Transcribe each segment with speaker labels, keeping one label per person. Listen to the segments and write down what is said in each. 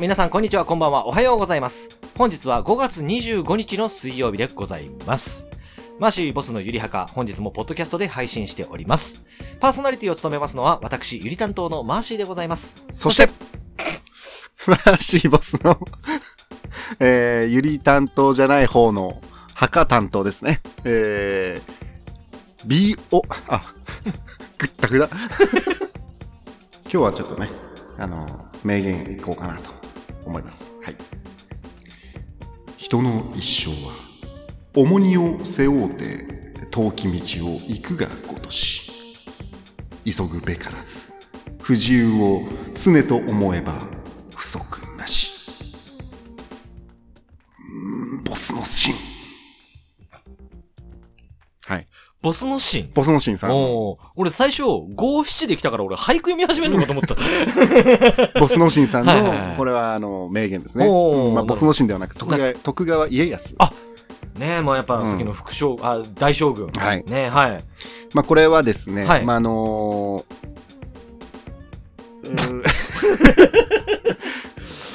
Speaker 1: 皆さんこんにちはこんばんはおはようございます本日は5月25日の水曜日でございますマーシーボスのゆりはか本日もポッドキャストで配信しておりますパーソナリティを務めますのは私ゆり担当のマーシーでございます
Speaker 2: そして、マーシーボスの、 えー、ゆり担当じゃない方の墓担当ですね。えー、B、O、あ、 ぐったぐだ。 今日はちょっとね、あの、名言いこうかなと思います。はい。人の一生は、重荷を背負うて、遠き道を行くがごとし。急ぐべからず不自由を常と思えば不足なしうーんボスのシンはい
Speaker 1: ボスのシン
Speaker 2: ボスのシンさんボ
Speaker 1: おー俺最初五七で来たから俺俳句読み始めるのかと思 った、
Speaker 2: スのシンさんの
Speaker 1: はいはいはい
Speaker 2: これはあの名言ですね、
Speaker 1: おー
Speaker 2: うんま
Speaker 1: なる
Speaker 2: あ、
Speaker 1: ほど
Speaker 2: ボスのシンではなく徳川徳川家康
Speaker 1: あねえもうやっぱさっきの副将、あ大将軍
Speaker 2: はい
Speaker 1: ねえはい
Speaker 2: まあ、これはですね、
Speaker 1: はい
Speaker 2: まああのーうー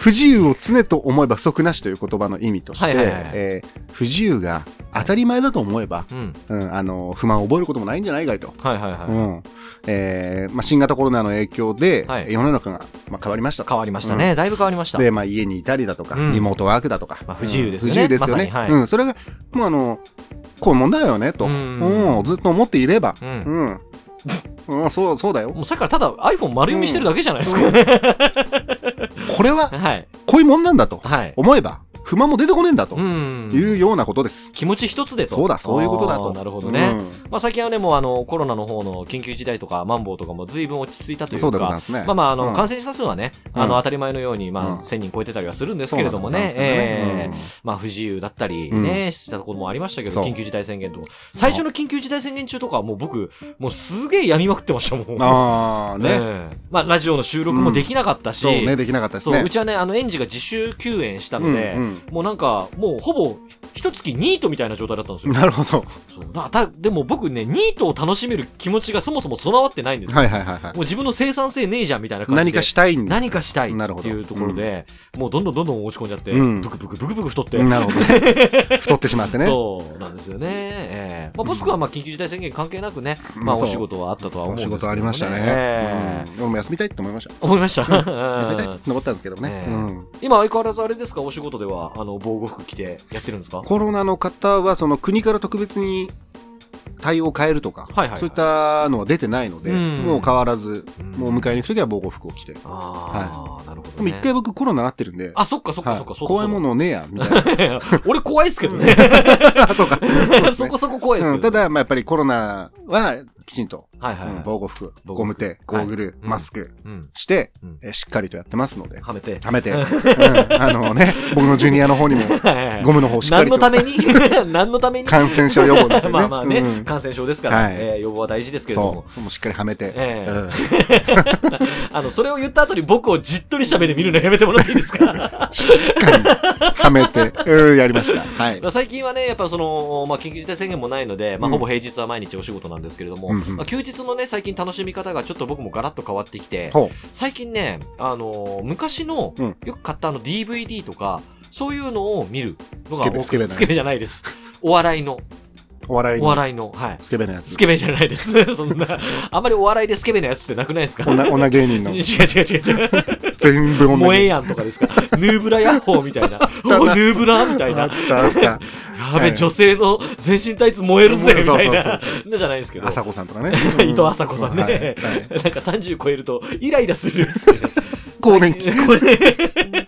Speaker 2: 不自由を常と思えば不足なしという言葉の意味として、
Speaker 1: はいはいはいはい
Speaker 2: えー不自由が当たり前だと思えば、
Speaker 1: うん
Speaker 2: うんあのー不満を覚えることもないんじゃないかいと。
Speaker 1: はいはいはい、
Speaker 2: うんえーまあ、新型コロナの影響で、
Speaker 1: はい
Speaker 2: 世の中が、まあ、変わりましたと
Speaker 1: 変わりましたね、だいぶ変わりました
Speaker 2: で、まあ、家にいたりだとか、
Speaker 1: うん
Speaker 2: リモートワークだとか、
Speaker 1: まあ不自由ですよね
Speaker 2: 不自由ですよね、
Speaker 1: まさにはい
Speaker 2: うん、それがもうあのこういうもんだよねと、
Speaker 1: う
Speaker 2: うんんずっと思っていれば、
Speaker 1: う
Speaker 2: うんんうんそうそうだよ
Speaker 1: もうさっきからただ iPhone 丸読みしてるだけじゃないですか。
Speaker 2: これ は
Speaker 1: はい。
Speaker 2: こういうもんなんだと
Speaker 1: はい。
Speaker 2: 思えば不満も出てこねえんだと
Speaker 1: う
Speaker 2: い
Speaker 1: ん。
Speaker 2: うようなことです、
Speaker 1: 気持ち一つでと。
Speaker 2: そうだそういうことだ
Speaker 1: あ
Speaker 2: と
Speaker 1: ーなるほどね。
Speaker 2: う
Speaker 1: まあ最近はね、もうあの、コロナの方の緊急事態とか、マンボウとかも随分落ち着いたとい
Speaker 2: ん、そう
Speaker 1: う
Speaker 2: でござい
Speaker 1: か、
Speaker 2: ますね
Speaker 1: まあまあ、あ
Speaker 2: う
Speaker 1: の、
Speaker 2: ん
Speaker 1: 感染者数はね、あの、
Speaker 2: うん
Speaker 1: 当たり前のように、
Speaker 2: うん
Speaker 1: まあ、1000人超えてたりはするんです
Speaker 2: そう
Speaker 1: け
Speaker 2: な
Speaker 1: れ
Speaker 2: んで
Speaker 1: ども
Speaker 2: ございま
Speaker 1: ね
Speaker 2: す、けどね
Speaker 1: え
Speaker 2: うん
Speaker 1: えまあ不自由だったり
Speaker 2: うん
Speaker 1: ね、したこともありましたけど、
Speaker 2: そう
Speaker 1: 緊急事態宣言とか。最初の緊急事態宣言中とかはもう僕、もうすげえ病みまくってましたもん。
Speaker 2: ああね、
Speaker 1: ええまあラジオの収録もできなかったし、
Speaker 2: そうねできなかったです
Speaker 1: そう、
Speaker 2: ね
Speaker 1: うちはね、あの、園児が自主休園したので、
Speaker 2: うんうん
Speaker 1: もうなんか、もうほぼ、一月ニートみたいな状態だったんですよ。
Speaker 2: なるほど。
Speaker 1: そうだだでも僕ね、ニートを楽しめる気持ちがそもそも備わってないんですよ。
Speaker 2: はいはいはいはい
Speaker 1: も。う自分の生産性ねえじゃんみたいな感じで。
Speaker 2: 何かしたいんだ。
Speaker 1: 何かしたい
Speaker 2: なるほ
Speaker 1: っ
Speaker 2: ど
Speaker 1: ていうところで、もうどんどんどんどん落ち込んじゃって、
Speaker 2: うん
Speaker 1: ブクブクブクブク太って、
Speaker 2: なる ほどね。太ってしまってね。
Speaker 1: そうなんですよね。ええまあ、もしくはまあ緊急事態宣言関係なくね、まあ
Speaker 2: うんそ
Speaker 1: お
Speaker 2: う
Speaker 1: 仕事はあったとは思うん
Speaker 2: お
Speaker 1: です
Speaker 2: 仕
Speaker 1: けど、ね。
Speaker 2: 事ありましたね。
Speaker 1: ええ
Speaker 2: うん俺も休みたいって思いました。
Speaker 1: 思いました。
Speaker 2: 休みたいって思ったんですけど
Speaker 1: ね
Speaker 2: ね。
Speaker 1: え
Speaker 2: うん
Speaker 1: 今相変わらずあれですかお仕事ではあの防護服着てやってるんですか
Speaker 2: コロナの方は、その国から特別に対応を変えるとか
Speaker 1: いはいは、い
Speaker 2: そういったのは出てないので、
Speaker 1: うん
Speaker 2: もう変わらず、もう迎
Speaker 1: え
Speaker 2: えに行くときは防護服を着て。で
Speaker 1: ああ、なるほど、
Speaker 2: も
Speaker 1: ね。
Speaker 2: 一回僕コロナなってるんで、
Speaker 1: あ、そっかそっか
Speaker 2: は
Speaker 1: そ
Speaker 2: い
Speaker 1: っか、そう
Speaker 2: 怖いものねえや、みたいな。
Speaker 1: の。 俺怖いっすけどね。
Speaker 2: あ そうか。そうです
Speaker 1: そ
Speaker 2: ね
Speaker 1: こそこ怖いっす
Speaker 2: う
Speaker 1: け
Speaker 2: んた
Speaker 1: ど、ね
Speaker 2: だ、まあやっぱりコロナはきちんと、
Speaker 1: はいはい、
Speaker 2: う
Speaker 1: は
Speaker 2: ん
Speaker 1: い
Speaker 2: 防護服、
Speaker 1: 護服
Speaker 2: ゴム手、ゴーグル、
Speaker 1: うん
Speaker 2: マスク
Speaker 1: うん。
Speaker 2: して
Speaker 1: うん、
Speaker 2: えしっかりとやってますので。
Speaker 1: はめて。
Speaker 2: は めて、うんあのね、僕のジュニアの方にも、ゴムの方しっか
Speaker 1: 何
Speaker 2: り
Speaker 1: の
Speaker 2: と
Speaker 1: ために 何のために
Speaker 2: 感染症予防ですよ ね。
Speaker 1: まあまあね、
Speaker 2: うん
Speaker 1: 感染症ですから、
Speaker 2: はい
Speaker 1: えー予防は大事ですけれども
Speaker 2: そ。う。もうしっかりはめて。
Speaker 1: ええ
Speaker 2: うん
Speaker 1: あの、それを言った後に僕をじっとりした目で見るのやめてもらっていいですか
Speaker 2: しっかりはめて、うん、やりました。はい。
Speaker 1: まあ最近 はね、やっぱその、まあ、緊急事態宣言もないので、まあ、
Speaker 2: うん
Speaker 1: ほぼ平日は毎日お仕事なんですけれども、
Speaker 2: うんうん
Speaker 1: まあ、休日のね、最近楽しみ方がちょっと僕もガラッと変わってきて、
Speaker 2: ほ
Speaker 1: 最近ね、あのー昔の
Speaker 2: うん、
Speaker 1: よく買ったあの DVD とか、そういうのを見るのが
Speaker 2: スケベ
Speaker 1: 多く
Speaker 2: スケベな
Speaker 1: スケベじゃないです。お笑いの、
Speaker 2: う。お笑い
Speaker 1: お
Speaker 2: の、
Speaker 1: 笑いの、はい。
Speaker 2: スケベなやつ
Speaker 1: ス。ケベじゃないです。 そんな、あんまりお笑いでスケベなやつってなくないですか違う
Speaker 2: 女女芸人の
Speaker 1: 違う、違う違う。
Speaker 2: 全部女
Speaker 1: 萌え
Speaker 2: 芸人。
Speaker 1: やんとかですかヌーブラヤッホーみたい な。お
Speaker 2: な
Speaker 1: ヌーブラ みたい
Speaker 2: あ
Speaker 1: な
Speaker 2: っ。たあった。
Speaker 1: やべ、女性の全身タイツ燃えるぜみたい
Speaker 2: そう
Speaker 1: な
Speaker 2: そう。
Speaker 1: じゃないですけど。。
Speaker 2: 朝子さんとかね
Speaker 1: 伊藤麻子さん
Speaker 2: はい
Speaker 1: ね。
Speaker 2: はい
Speaker 1: なんか30超えるとイライラするっつって。
Speaker 2: 更年 期。
Speaker 1: これ違うんで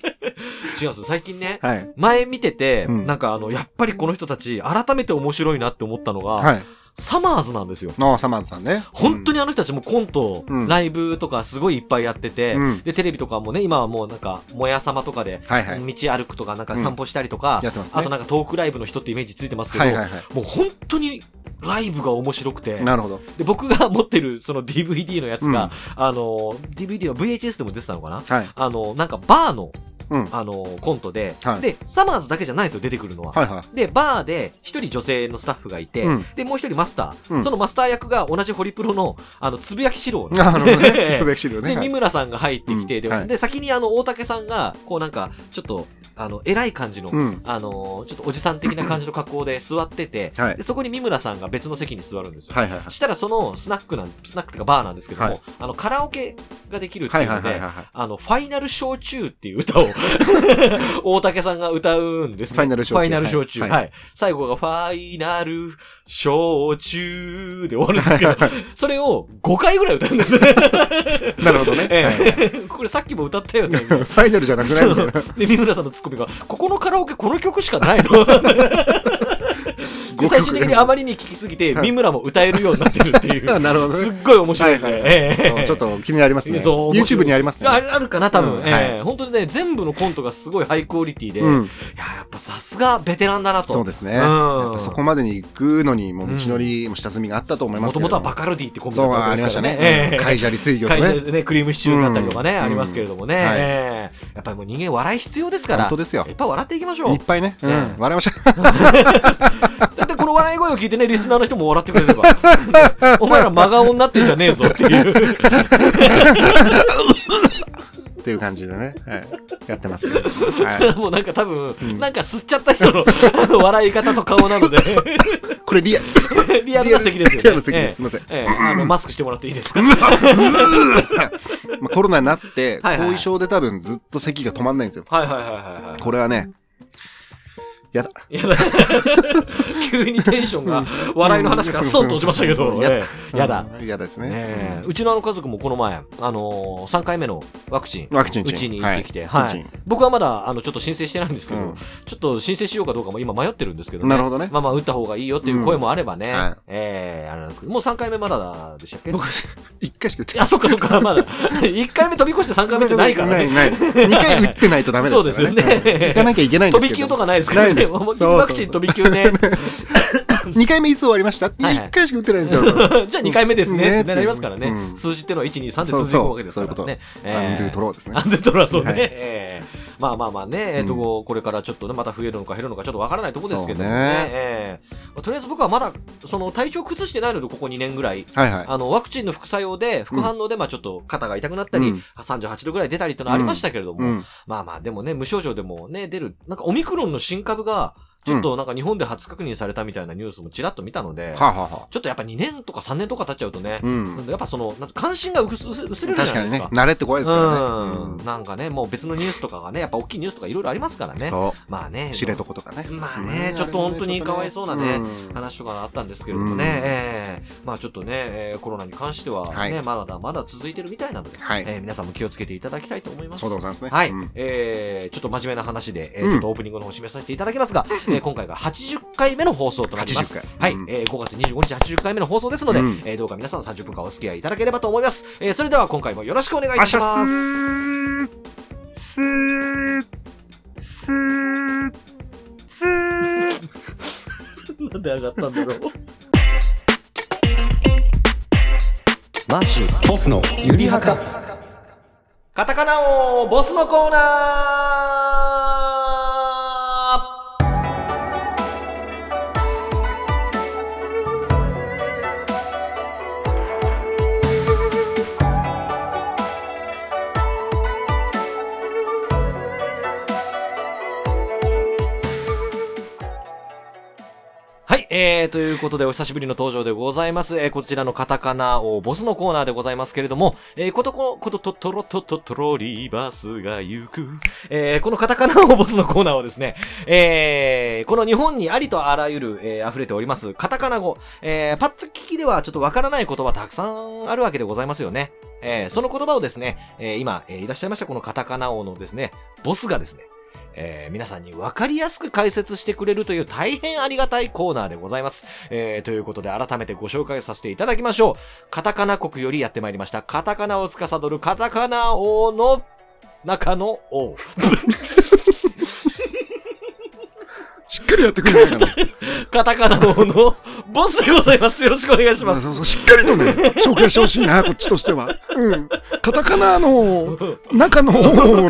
Speaker 1: すよ。最近ね、
Speaker 2: はい。
Speaker 1: 前見てて、
Speaker 2: うん
Speaker 1: なんかあの、やっぱりこの人たち、改めて面白いなって思ったのが、
Speaker 2: はい。
Speaker 1: サマーズなんですよ。
Speaker 2: のサマーズさんね。
Speaker 1: 本当
Speaker 2: に。
Speaker 1: にあの人たちもコント、
Speaker 2: うん
Speaker 1: ライブとかすごいいっぱいやってて、
Speaker 2: うん
Speaker 1: で、テレビとかもね、今はもうなんか、もやさまとかで、
Speaker 2: はいはい。
Speaker 1: 道歩くとか、なんか散歩したりとか、
Speaker 2: やってますね。
Speaker 1: あとなんかトークライブの人ってイメージついてますけど、
Speaker 2: はいはいは
Speaker 1: もう本当にライブが面白くて
Speaker 2: い。、なるほど。
Speaker 1: で僕が持ってるその DVD のやつ
Speaker 2: うん
Speaker 1: が、あの、DVD の VHS でも出てたのかな
Speaker 2: はい。
Speaker 1: あの、なんかバーの、
Speaker 2: うん
Speaker 1: あのコントで、
Speaker 2: はい
Speaker 1: で、サマーズだけじゃないんですよ、出てくるのは。
Speaker 2: はいは
Speaker 1: で、バーで、一人女性のスタッフがいて、
Speaker 2: うん
Speaker 1: で、もう一人マスター、
Speaker 2: うん
Speaker 1: そのマスター役が同じホリプロの、あの、つぶやきしろ
Speaker 2: い。なるほどね。つぶ
Speaker 1: で、
Speaker 2: やき資料ね。は
Speaker 1: 三
Speaker 2: い
Speaker 1: 村さんが入ってきて、
Speaker 2: うん
Speaker 1: で
Speaker 2: はい
Speaker 1: で先にあの、大竹さんが、こうなんか、ちょっと、あの、偉い感じの、
Speaker 2: うん。
Speaker 1: あのーちょっとおじさん的な感じの格好で座ってて、
Speaker 2: はい
Speaker 1: でそこに三村さんが別の席に座るんですよ。
Speaker 2: はいはいはい。
Speaker 1: したらそのスナックなん、スナックっていうかバーなんですけども、
Speaker 2: はい
Speaker 1: あの、カラオケができるって
Speaker 2: はいいうは
Speaker 1: の
Speaker 2: いは
Speaker 1: で、
Speaker 2: いはい。
Speaker 1: あの、ファイナル焼酎っていう 歌を、大竹さんが歌うんですね。
Speaker 2: ファイナル焼酎
Speaker 1: ファイナル焼酎。は。
Speaker 2: はいい
Speaker 1: 最後がファイナル焼酎で終わるんですけど、それを5回ぐらい歌うんですね。
Speaker 2: なるほどね。
Speaker 1: え
Speaker 2: はいはい
Speaker 1: えこれさっきも歌ったよ ね。
Speaker 2: ファイナルじゃなくないみたい な。
Speaker 1: で、三村さんのツッコミが、ここのカラオケこの曲しかないので最終的にあまりに聴きすぎて、
Speaker 2: はい
Speaker 1: 三村も歌えるようになってるっていう。
Speaker 2: なるほど
Speaker 1: す
Speaker 2: ね。
Speaker 1: っごい面白いんで。
Speaker 2: はいはい
Speaker 1: ええ
Speaker 2: ちょっと気になりますね。
Speaker 1: そう面白い
Speaker 2: YouTube にあります
Speaker 1: あ
Speaker 2: ね。
Speaker 1: あるかな、多分。
Speaker 2: うん
Speaker 1: ええ
Speaker 2: はい
Speaker 1: 本当にね、全部のコントがすごいハイクオリティで、
Speaker 2: う
Speaker 1: い
Speaker 2: ん。
Speaker 1: や、やっぱさすがベテランだなと。
Speaker 2: そうですね。
Speaker 1: ん
Speaker 2: やっぱそこまでに行くのに、もう道のり、も下積みがあったと思いま
Speaker 1: も
Speaker 2: すけ
Speaker 1: と
Speaker 2: れ
Speaker 1: も
Speaker 2: ど
Speaker 1: と
Speaker 2: も。
Speaker 1: はバカルディってコンビだ
Speaker 2: そう、
Speaker 1: ったわ
Speaker 2: あ
Speaker 1: け
Speaker 2: り
Speaker 1: で
Speaker 2: ますし
Speaker 1: か
Speaker 2: た
Speaker 1: らね。
Speaker 2: ね。
Speaker 1: ええ
Speaker 2: カイジャリ水魚と
Speaker 1: 会社
Speaker 2: ね
Speaker 1: で。すね、クリームシチューになったりとかね、
Speaker 2: うん
Speaker 1: ありますけれどもね、
Speaker 2: はい
Speaker 1: ええやっぱりもう人間笑い必要ですから、
Speaker 2: 本当ですよ
Speaker 1: い。っぱい笑っていきましょう
Speaker 2: いっ。ぱいね。う
Speaker 1: え
Speaker 2: ん
Speaker 1: え。
Speaker 2: 笑いましょ
Speaker 1: だってこの笑い声を聞いてね、リスナーの人も笑ってくれれば。 お前ら真顔になってんじゃねえぞっていう。
Speaker 2: うっていう感じでね。はい。やっ てますけども。
Speaker 1: それ
Speaker 2: は
Speaker 1: はもうなんか多分、
Speaker 2: うん
Speaker 1: なんか吸っちゃった人のあの笑い方と顔なので、
Speaker 2: い。こ れリアル。
Speaker 1: リアルな席ですよね。
Speaker 2: リアルな席です。
Speaker 1: え
Speaker 2: すみません。
Speaker 1: えええあのマスクしてもらっていいですか、
Speaker 2: まあコロナになって、
Speaker 1: はいはい
Speaker 2: 後遺症で多分ずっと咳が止まんないんですよ。
Speaker 1: はいはいはいはいはい。
Speaker 2: これはね、やだ。
Speaker 1: いやだ急にテンションが笑いの話からストンと落ちましたけど、
Speaker 2: うん
Speaker 1: ええやだ。
Speaker 2: うん。嫌ですね。
Speaker 1: ねえうちのあの家族もこの前、あのー、3回目のワクチン
Speaker 2: うん、ワクチン
Speaker 1: う
Speaker 2: チン
Speaker 1: ちに行ってきて、
Speaker 2: は
Speaker 1: はいい
Speaker 2: チンチン
Speaker 1: 僕はまだあのちょっと申請してないんですけど、
Speaker 2: うん
Speaker 1: ちょっと申請しようかどうかも今迷ってるんですけどね。
Speaker 2: なるほどね。
Speaker 1: まあまあ、打った方がいいよっていう声もあればね、
Speaker 2: うんはい
Speaker 1: ええあれなんですけど、もう3回目まだでしたっけ
Speaker 2: 僕、一回しか打って
Speaker 1: あ、そっかそっか、ま だ。1回目飛び越して3回目ってないからね。
Speaker 2: ない、ない。2回打ってないとダメで
Speaker 1: そ
Speaker 2: すからね。
Speaker 1: うですよね
Speaker 2: うん行かなきゃいけないんで
Speaker 1: 飛
Speaker 2: す
Speaker 1: び
Speaker 2: け
Speaker 1: 級
Speaker 2: ど。
Speaker 1: とかないですから
Speaker 2: ない
Speaker 1: ね。
Speaker 2: です
Speaker 1: もうもう
Speaker 2: そうそう
Speaker 1: ワクチン飛び級ね。
Speaker 2: 2回目いつ終わりましたって
Speaker 1: はいはい
Speaker 2: 1回しか打ってないんですよ。
Speaker 1: じゃあ2回目ですね。
Speaker 2: ね
Speaker 1: ってなりますからね。
Speaker 2: うん
Speaker 1: 数字ってのは1、2、3で続いていくわけですからね。
Speaker 2: そうそう
Speaker 1: え
Speaker 2: ア
Speaker 1: え
Speaker 2: ンドゥトローですね
Speaker 1: ア。ンドゥトロはそうね。
Speaker 2: はい
Speaker 1: ええまあまあまあね、えっと
Speaker 2: うん
Speaker 1: これからちょっとね、また増えるのか減るのかちょっとわからないところですけどね
Speaker 2: そうね
Speaker 1: ええまあとりあえず僕はまだ、その体調崩してないので、ここ2年ぐらい。
Speaker 2: はいはい。
Speaker 1: あの、ワクチンの副作用で、副反応で、まあちょっと肩が痛くなったり、
Speaker 2: うん
Speaker 1: 38度ぐらい出たりってのありましたけれども、
Speaker 2: うん。
Speaker 1: まあまあ、でもね、無症状でもね、出る、なんかオミクロンの新株が、ちょっとなんか日本で初確認されたみたいなニュースもちらっと見たので、
Speaker 2: はあ、はあはあ
Speaker 1: ちょっとやっぱ2年とか3年とか経っちゃうとね、
Speaker 2: うん。
Speaker 1: やっぱその、なんか関心が薄薄薄れるじ
Speaker 2: 確
Speaker 1: ゃない
Speaker 2: か
Speaker 1: で
Speaker 2: に
Speaker 1: す
Speaker 2: ね、
Speaker 1: か。
Speaker 2: 慣れって怖いですからね
Speaker 1: うん、。なんかね、もう別のニュースとかがね、やっぱ大きいニュースとかいろいろありますから
Speaker 2: うん
Speaker 1: ね。
Speaker 2: そ
Speaker 1: まあね
Speaker 2: う。、知床とかね。
Speaker 1: まあね
Speaker 2: うん
Speaker 1: ちょっと本当にかわいそうなね
Speaker 2: ん
Speaker 1: 話とかあったんですけれどもね、
Speaker 2: うん
Speaker 1: ええまあちょっとね、えーコロナに関してはね、
Speaker 2: はい
Speaker 1: まだまだ続いてるみたいなので、
Speaker 2: はい。
Speaker 1: えー皆さんも気をつけていただきたいと思います。
Speaker 2: そうでございますね。
Speaker 1: はい、
Speaker 2: うん
Speaker 1: えーちょっと真面目な話で、えー
Speaker 2: うん
Speaker 1: ちょっとオープニングの方を示させていただきますが、えー今回が80回目の放送となります。
Speaker 2: 80
Speaker 1: はい、
Speaker 2: 回うん
Speaker 1: えー5月25日80回目の放送ですので、
Speaker 2: うん
Speaker 1: えーどうか皆さん30分間お付き合いいただければと思います。えーそれでは今回もよろしくお願いい
Speaker 2: あ
Speaker 1: た
Speaker 2: っし
Speaker 1: し
Speaker 2: ゃっ
Speaker 1: ます。
Speaker 2: すーすーすーすー
Speaker 1: なんで上がったんだろう。 マシ
Speaker 3: ボスのゆりはか。
Speaker 1: カタカナをボスのコーナーはい、えー、ということでお久しぶりの登場でございます。えー、こちらのカタカナをボスのコーナーでございますけれども、えー、ことこ、ことととろとととろリバスが行く。えー、このカタカナをボスのコーナーをですね、えー、この日本にありとあらゆる、えー、溢れておりますカタカナ語、えー、パッと聞きではちょっとわからない言葉たくさんあるわけでございますよね。えー、その言葉をですね、えー、今、えーいらっしゃいましたこのカタカナ王のですね、ボスがですね、えー皆さんに分かりやすく解説してくれるという大変ありがたいコーナーでございます。えーということで改めてご紹介させていただきましょう。カタカナ国よりやってまいりました。カタカナを司るカタカナ王の中の王。
Speaker 2: しっかりやってくれないかな。
Speaker 1: カタカナの方のボスでございます。よろしくお願いします。
Speaker 2: まあそうしっかり とね、紹介してほしいな、こっちとしては。うん。カタカナの中の方 を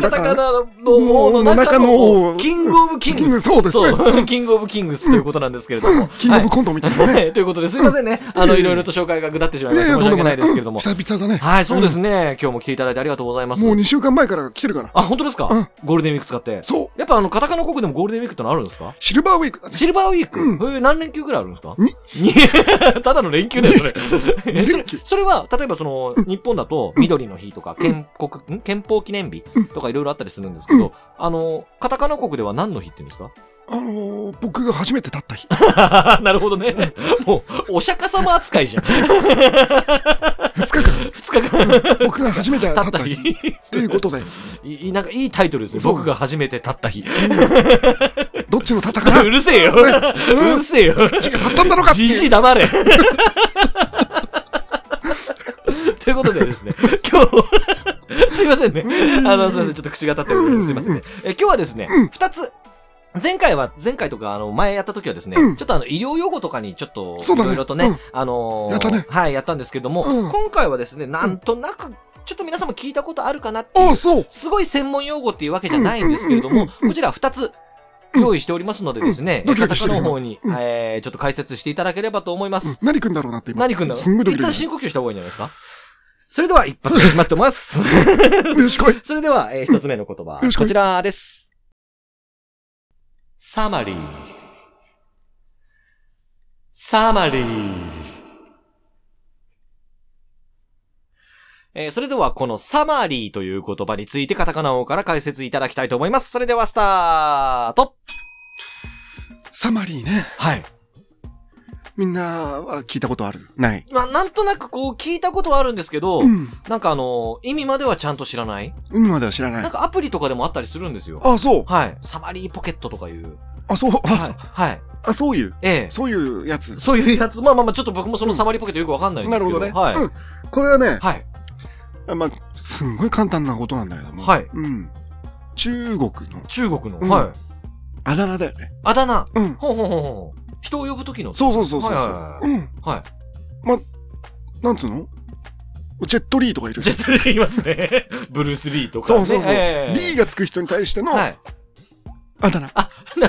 Speaker 1: カタ
Speaker 2: だ
Speaker 1: カナ
Speaker 2: から、
Speaker 1: の方の中の
Speaker 2: もう中の
Speaker 1: キングオブキング
Speaker 2: キング
Speaker 1: ス。
Speaker 2: そうですね
Speaker 1: そうキングオブキングスということなんですけれども。
Speaker 2: キングオブ
Speaker 1: はい
Speaker 2: コントみたいなね。
Speaker 1: はいということですいませんね。あ
Speaker 2: い
Speaker 1: の、
Speaker 2: えいえ
Speaker 1: いろいろと紹介が下ってしまい
Speaker 2: い
Speaker 1: まし
Speaker 2: やい
Speaker 1: て、
Speaker 2: や、
Speaker 1: 申し訳
Speaker 2: とんでも
Speaker 1: な
Speaker 2: ないい。
Speaker 1: ですけれども。
Speaker 2: うん久々だね。
Speaker 1: はい、そうです
Speaker 2: ね。
Speaker 1: ね。今日も来ていただいてありがとうございます
Speaker 2: もう。2週間前から来てるから。
Speaker 1: あ、本当ですか
Speaker 2: うん
Speaker 1: ゴールデンウィーク使って。
Speaker 2: そう。
Speaker 1: やっぱあの、カタカナ国でもゴールデンウィークってのあるんですか
Speaker 2: シルバーウィークだね。
Speaker 1: シルバーウィーク、
Speaker 2: うん
Speaker 1: えー何連休ぐらいあるんですか
Speaker 2: に
Speaker 1: に ただの連休だよ、 それ。えそれ
Speaker 2: 連休
Speaker 1: それは、例えばその、日本だと、緑の日とか、建国、ん憲法記念日とかいろいろあったりするんですけど、
Speaker 2: うん
Speaker 1: あの、カタカナ国では何の日って言うんです か
Speaker 2: あのー、僕が初めて 立った日。
Speaker 1: なるほどね。もう、お釈迦様扱いじゃん。
Speaker 2: 2日間。
Speaker 1: 二日間
Speaker 2: 僕が初めて立
Speaker 1: 経
Speaker 2: っ
Speaker 1: ったた
Speaker 2: 日。っ
Speaker 1: 日。
Speaker 2: ていうことで。
Speaker 1: いいなんかいいタイトルですね。
Speaker 2: そう
Speaker 1: 僕が初めて立った日。
Speaker 2: どっちの立ったか な
Speaker 1: うるせ えよ。うるせえよ。
Speaker 2: どっちが立ったんだろうかって
Speaker 1: じ
Speaker 2: い
Speaker 1: じ
Speaker 2: う。
Speaker 1: い 黙れということでですね、今日、 すいませんね。あの、すいません、ちょっと口が立ってるのですいませんね。え今日はですね、二つ。前回は、前回とか、あの、前やった時はですね、
Speaker 2: うん
Speaker 1: ちょっとあの、医療用語とかにちょっと、
Speaker 2: そう
Speaker 1: い
Speaker 2: だね
Speaker 1: ろいろとね、
Speaker 2: うん
Speaker 1: あのー
Speaker 2: やったね
Speaker 1: はい、やったんですけども、
Speaker 2: うん
Speaker 1: 今回はですね、なんとなく、ちょっと皆さんも聞いたことあるかなっていう
Speaker 2: ああ、そう。
Speaker 1: すごい専門用語っていうわけじゃないんですけれど
Speaker 2: うんう
Speaker 1: も、
Speaker 2: んうんうん
Speaker 1: こちら2つ用意しておりますのでですね、
Speaker 2: うんドキ
Speaker 1: カ
Speaker 2: ド
Speaker 1: タ
Speaker 2: キし
Speaker 1: カ
Speaker 2: てる
Speaker 1: ナ
Speaker 2: よ
Speaker 1: の方に、
Speaker 2: うん
Speaker 1: えーちょっと解説していただければと思いま
Speaker 2: うん
Speaker 1: す。
Speaker 2: 何くんだろうなって今。
Speaker 1: 何くんだろ
Speaker 2: すんごいうドキ
Speaker 1: 一
Speaker 2: ド
Speaker 1: 旦
Speaker 2: キ
Speaker 1: 深呼吸した方がいいんじゃないですかそれでは一発始まってます。
Speaker 2: よし、来い。
Speaker 1: それでは、えー、一つ目の言葉、
Speaker 2: よろしく
Speaker 1: こちらです。サマリー。サマリー。えーそれでは、このサマリーという言葉についてカタカナ王から解説いただきたいと思います。それでは、スタート
Speaker 2: サマリーね。
Speaker 1: はい。
Speaker 2: みんなは聞いたことあるない。
Speaker 1: まあ、なんとなくこう聞いたことはあるんですけど、
Speaker 2: うん。
Speaker 1: なんかあのー意味まではちゃんと知らない、
Speaker 2: 今までは知らな
Speaker 1: なん
Speaker 2: い。
Speaker 1: かアプリとかでもあったりするんですよ。
Speaker 2: あ、そう。
Speaker 1: はい。サマリーポケットとかいう。
Speaker 2: あ、そう。
Speaker 1: はい。
Speaker 2: あ、
Speaker 1: はい。
Speaker 2: あそういう。
Speaker 1: ええ
Speaker 2: そういうやつ。
Speaker 1: そういうやつ。まあまあまあ、ちょっと僕もそのサマリーポケットよくわかんないんで
Speaker 2: な
Speaker 1: す
Speaker 2: る
Speaker 1: け
Speaker 2: ほ
Speaker 1: ど。
Speaker 2: どね。
Speaker 1: はい。
Speaker 2: うん。これはね、
Speaker 1: はい。
Speaker 2: あまあ、すんごい簡単なことなんだけども。
Speaker 1: はい
Speaker 2: うん。中国の
Speaker 1: 中国の。
Speaker 2: うん
Speaker 1: はい。
Speaker 2: あだ名だよね。
Speaker 1: あだ名。
Speaker 2: うん。
Speaker 1: ほんほんほんほん。人を呼ぶときの。
Speaker 2: そうそうそうそう。
Speaker 1: はいはいは
Speaker 2: う
Speaker 1: い
Speaker 2: ん。
Speaker 1: は
Speaker 2: なんつうのジェットリーとかいる
Speaker 1: ジェットリーいますね。 ブルース・リーとか、
Speaker 2: そ
Speaker 1: ね。
Speaker 2: うそうそう。リ
Speaker 1: ええ
Speaker 2: ーがつく人に対しての
Speaker 1: は
Speaker 2: あ
Speaker 1: い。
Speaker 2: だ名。
Speaker 1: な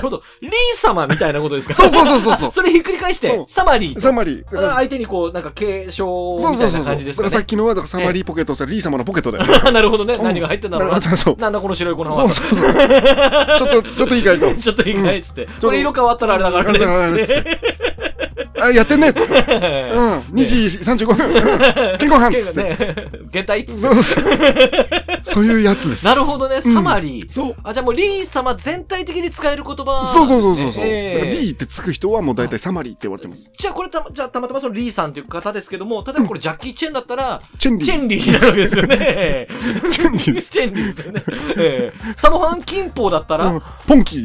Speaker 1: るほど。リー様みたいなことですか
Speaker 2: そうそうそうそうそ
Speaker 1: それひっくり返し
Speaker 2: そ
Speaker 1: て
Speaker 2: う、
Speaker 1: サマリー
Speaker 2: う。
Speaker 1: と。
Speaker 2: サマリー。だから
Speaker 1: 相手にこう、なんか継承
Speaker 2: そう
Speaker 1: み
Speaker 2: そ
Speaker 1: た
Speaker 2: う
Speaker 1: い
Speaker 2: そ
Speaker 1: な
Speaker 2: うそう。
Speaker 1: 感じ
Speaker 2: だ
Speaker 1: ですか
Speaker 2: か
Speaker 1: ら
Speaker 2: さっ
Speaker 1: ね。
Speaker 2: きのはだからサマリーポケットさ、リー様のポケットだよね。
Speaker 1: なるほどね。
Speaker 2: うん
Speaker 1: 何が入ってんだろう
Speaker 2: だ
Speaker 1: な。
Speaker 2: からそう。
Speaker 1: なんだこの白い粉は。
Speaker 2: そ うそうそう。ちょっと、ちょっといいかいと。
Speaker 1: ちょっといいかいっつって。
Speaker 2: と
Speaker 1: これ色変わったらあれだから ね。っつって。
Speaker 2: あ、やってんね っつって。うん。2時35分。うん健康飯っつって。
Speaker 1: ね、 現代っつって
Speaker 2: そう そう。そういうやつです。
Speaker 1: なるほどね、サマリー。
Speaker 2: そう。
Speaker 1: あ、じゃあもうリー様全体的に使える言葉、
Speaker 2: そうそうそうそうそう。
Speaker 1: え
Speaker 2: だから
Speaker 1: え
Speaker 2: D ってつく人はもう大体サマリーって言われてます。
Speaker 1: じゃあこれた、じゃあたまたまそのリーさんという方ですけども、例えばこれジャッキー・チェンだったら、
Speaker 2: チェンリー。
Speaker 1: チェンリーになるわけですよ ね。
Speaker 2: チェンリーです。
Speaker 1: チェンリーですよね。ええサモハン・キンポーだったら、
Speaker 2: うんポンキー。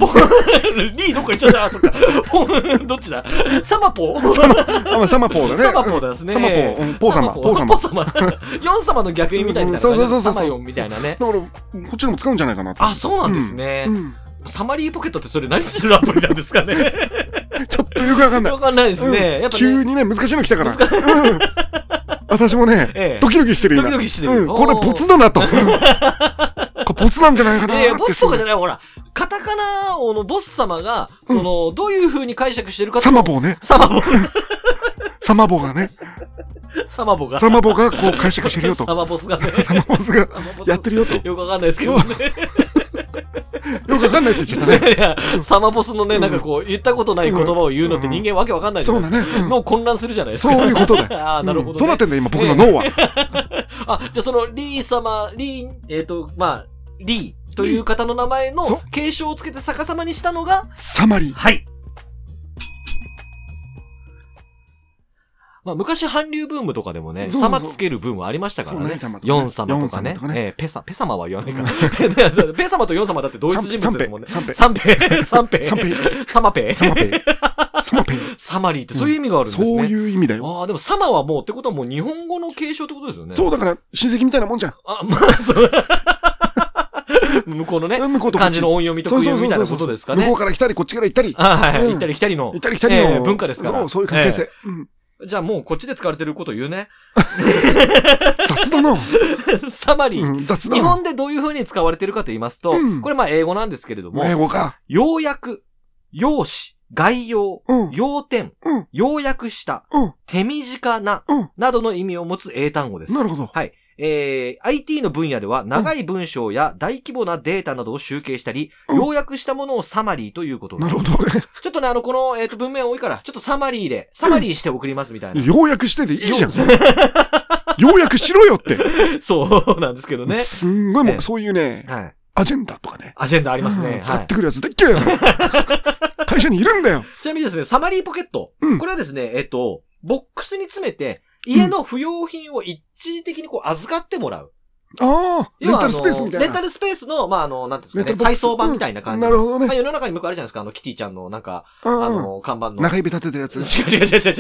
Speaker 1: リーどっか行っちゃったあ、そっか。 ポン、どっちだサマポー
Speaker 2: あまあサマポーだね。
Speaker 1: サマポーですね。
Speaker 2: サマポーうんポー様
Speaker 1: サマポー様。ヨン様 の逆位みたいな、ね。
Speaker 2: うんそうそうそうそう
Speaker 1: サマヨンみたいなね。
Speaker 2: だから、こっちでも使うんじゃないかなと。
Speaker 1: あ、そうなんですね。
Speaker 2: うん
Speaker 1: サマリーポケットってそれ何するアプリなんですかね
Speaker 2: ちょっとよくわかんな い
Speaker 1: わ。かんないですね。
Speaker 2: うん
Speaker 1: やっぱ、ね、
Speaker 2: 急にね、難しいの来たから。うん私も
Speaker 1: え
Speaker 2: ね
Speaker 1: え、
Speaker 2: ドキドキしてる今
Speaker 1: ドキドキしてる
Speaker 2: うんこれ、ボツだ なと。うんこれ、ボツなんじゃないかな
Speaker 1: えボスとかじゃ
Speaker 2: ゃ
Speaker 1: ないほら、カタカナ王のボス様が、その、どういう風に解釈してるか
Speaker 2: サマボーね。
Speaker 1: サマ ボ、
Speaker 2: サマボーがね。
Speaker 1: サマボが。
Speaker 2: サマボーがこう解釈してるよ と。
Speaker 1: サマボスがね。
Speaker 2: サマボスが
Speaker 1: サマボス
Speaker 2: やってるよと。よ
Speaker 1: よくわかんないですけどね。
Speaker 2: くわかんないって言っちゃっ たね。
Speaker 1: いや、サマボスのね、なんかこう、言ったことない言葉を言うのって人間わけわかんないじゃ
Speaker 2: そ
Speaker 1: な
Speaker 2: う
Speaker 1: い
Speaker 2: だ
Speaker 1: です
Speaker 2: ね。う
Speaker 1: か。
Speaker 2: ん
Speaker 1: 脳混乱するじゃないです
Speaker 2: そ
Speaker 1: か。
Speaker 2: ういうことだよ。
Speaker 1: ああ、なるほど、ね
Speaker 2: うんそうなってんだよ、今僕の脳は。
Speaker 1: あ、じゃあその、リー様、リー、えっ、と、まあ、リーという方の名前
Speaker 2: リーそ
Speaker 1: の
Speaker 2: う
Speaker 1: 継承をつけて逆さまにしたのが、
Speaker 2: サマリー。
Speaker 1: はい。まあ、昔韓流ブームとかでもね、
Speaker 2: そうそう
Speaker 1: 様つけるブームありましたから
Speaker 2: そう
Speaker 1: ね。
Speaker 2: 何様とかね
Speaker 1: ヨン様とかね
Speaker 2: ヨン様とか。ね
Speaker 1: えーペサ、ペ様は言わないか。 ペ様とヨン様だって 同一人物ですもんね。
Speaker 2: 三平。
Speaker 1: 三平、 三平、
Speaker 2: 三平。
Speaker 1: サマペ
Speaker 2: サマ ペイ。サマペイ。
Speaker 1: サマリーってそういう意味があるんですね。
Speaker 2: そういう意味だよ。
Speaker 1: ああ、でもサマはもうってことはもう日本語の継承ってことですよね。
Speaker 2: そうだから、親戚みたいなもんじゃん。
Speaker 1: あ、まあ、そう。 向こうのね、
Speaker 2: 向こうとこっ
Speaker 1: 漢
Speaker 2: ち
Speaker 1: 字の音読みと
Speaker 2: そ
Speaker 1: 訓
Speaker 2: う
Speaker 1: 読み
Speaker 2: そうそうそう
Speaker 1: みたいなことですか
Speaker 2: 向こ
Speaker 1: ね
Speaker 2: う。から来たり、こっちから行ったり。
Speaker 1: あはい、
Speaker 2: うん
Speaker 1: 行ったり来たりの
Speaker 2: 行っ。たり来たりの、
Speaker 1: ええ文化ですから
Speaker 2: そう、そういう関係性。うん
Speaker 1: じゃあもうこっちで使われてることを言うね。
Speaker 2: 雑だな。
Speaker 1: サマリー。
Speaker 2: うん雑だ
Speaker 1: 日
Speaker 2: な。
Speaker 1: 本でどういう風に使われてるかと言いますと、
Speaker 2: うん
Speaker 1: これまあ英語なんですけれども、
Speaker 2: 英語か。
Speaker 1: ようやく、要旨、概要、
Speaker 2: うん。
Speaker 1: 要点、
Speaker 2: うん
Speaker 1: 要約した、
Speaker 2: うん
Speaker 1: 手短な、
Speaker 2: うん
Speaker 1: などの意味を持つ英単語です。
Speaker 2: なるほど。
Speaker 1: えー IT の分野では長い文章や大規模なデータなどを集計したり、
Speaker 2: うん
Speaker 1: 要約したものをサマリーということを
Speaker 2: なるほどね。
Speaker 1: ちょっとね、あの、この、えっ、と、文面多いから、ちょっとサマリーで、サマリーして送りますみたいな。
Speaker 2: ようやくしてでいいじゃん。ようやくしろよって。
Speaker 1: そうなんですけどね。
Speaker 2: すんごいも
Speaker 1: ええ
Speaker 2: う、そういうね、
Speaker 1: はい。
Speaker 2: アジェンダとかね。
Speaker 1: アジェンダあります
Speaker 2: う
Speaker 1: ね
Speaker 2: ん。使
Speaker 1: は
Speaker 2: っ
Speaker 1: い
Speaker 2: て。くるやつでっ きりやな。会社にいるんだよ。
Speaker 1: ちなみにですね、サマリーポケット。
Speaker 2: うん
Speaker 1: これはですね、えっ、と、ボックスに詰めて、家の不要品を一時的にこう預かってもらう。
Speaker 2: ああ、レ
Speaker 1: 要
Speaker 2: ン
Speaker 1: は
Speaker 2: タルスペースみたいな。
Speaker 1: あのレンタルスペースの、まあ、あの、なんていうん
Speaker 2: レ
Speaker 1: ですかね、
Speaker 2: ンタルボック
Speaker 1: 配
Speaker 2: ス
Speaker 1: 送版みたいな
Speaker 2: う
Speaker 1: 感
Speaker 2: ん
Speaker 1: じの。
Speaker 2: なるほど
Speaker 1: まあ、
Speaker 2: ね。
Speaker 1: 世の中に向くあるじゃないですか、あの、キティちゃんの、なんか、あ
Speaker 2: あ
Speaker 1: の、看板
Speaker 2: あ、
Speaker 1: の。
Speaker 2: 中指立ててるやつ。
Speaker 1: 違う違う違う違う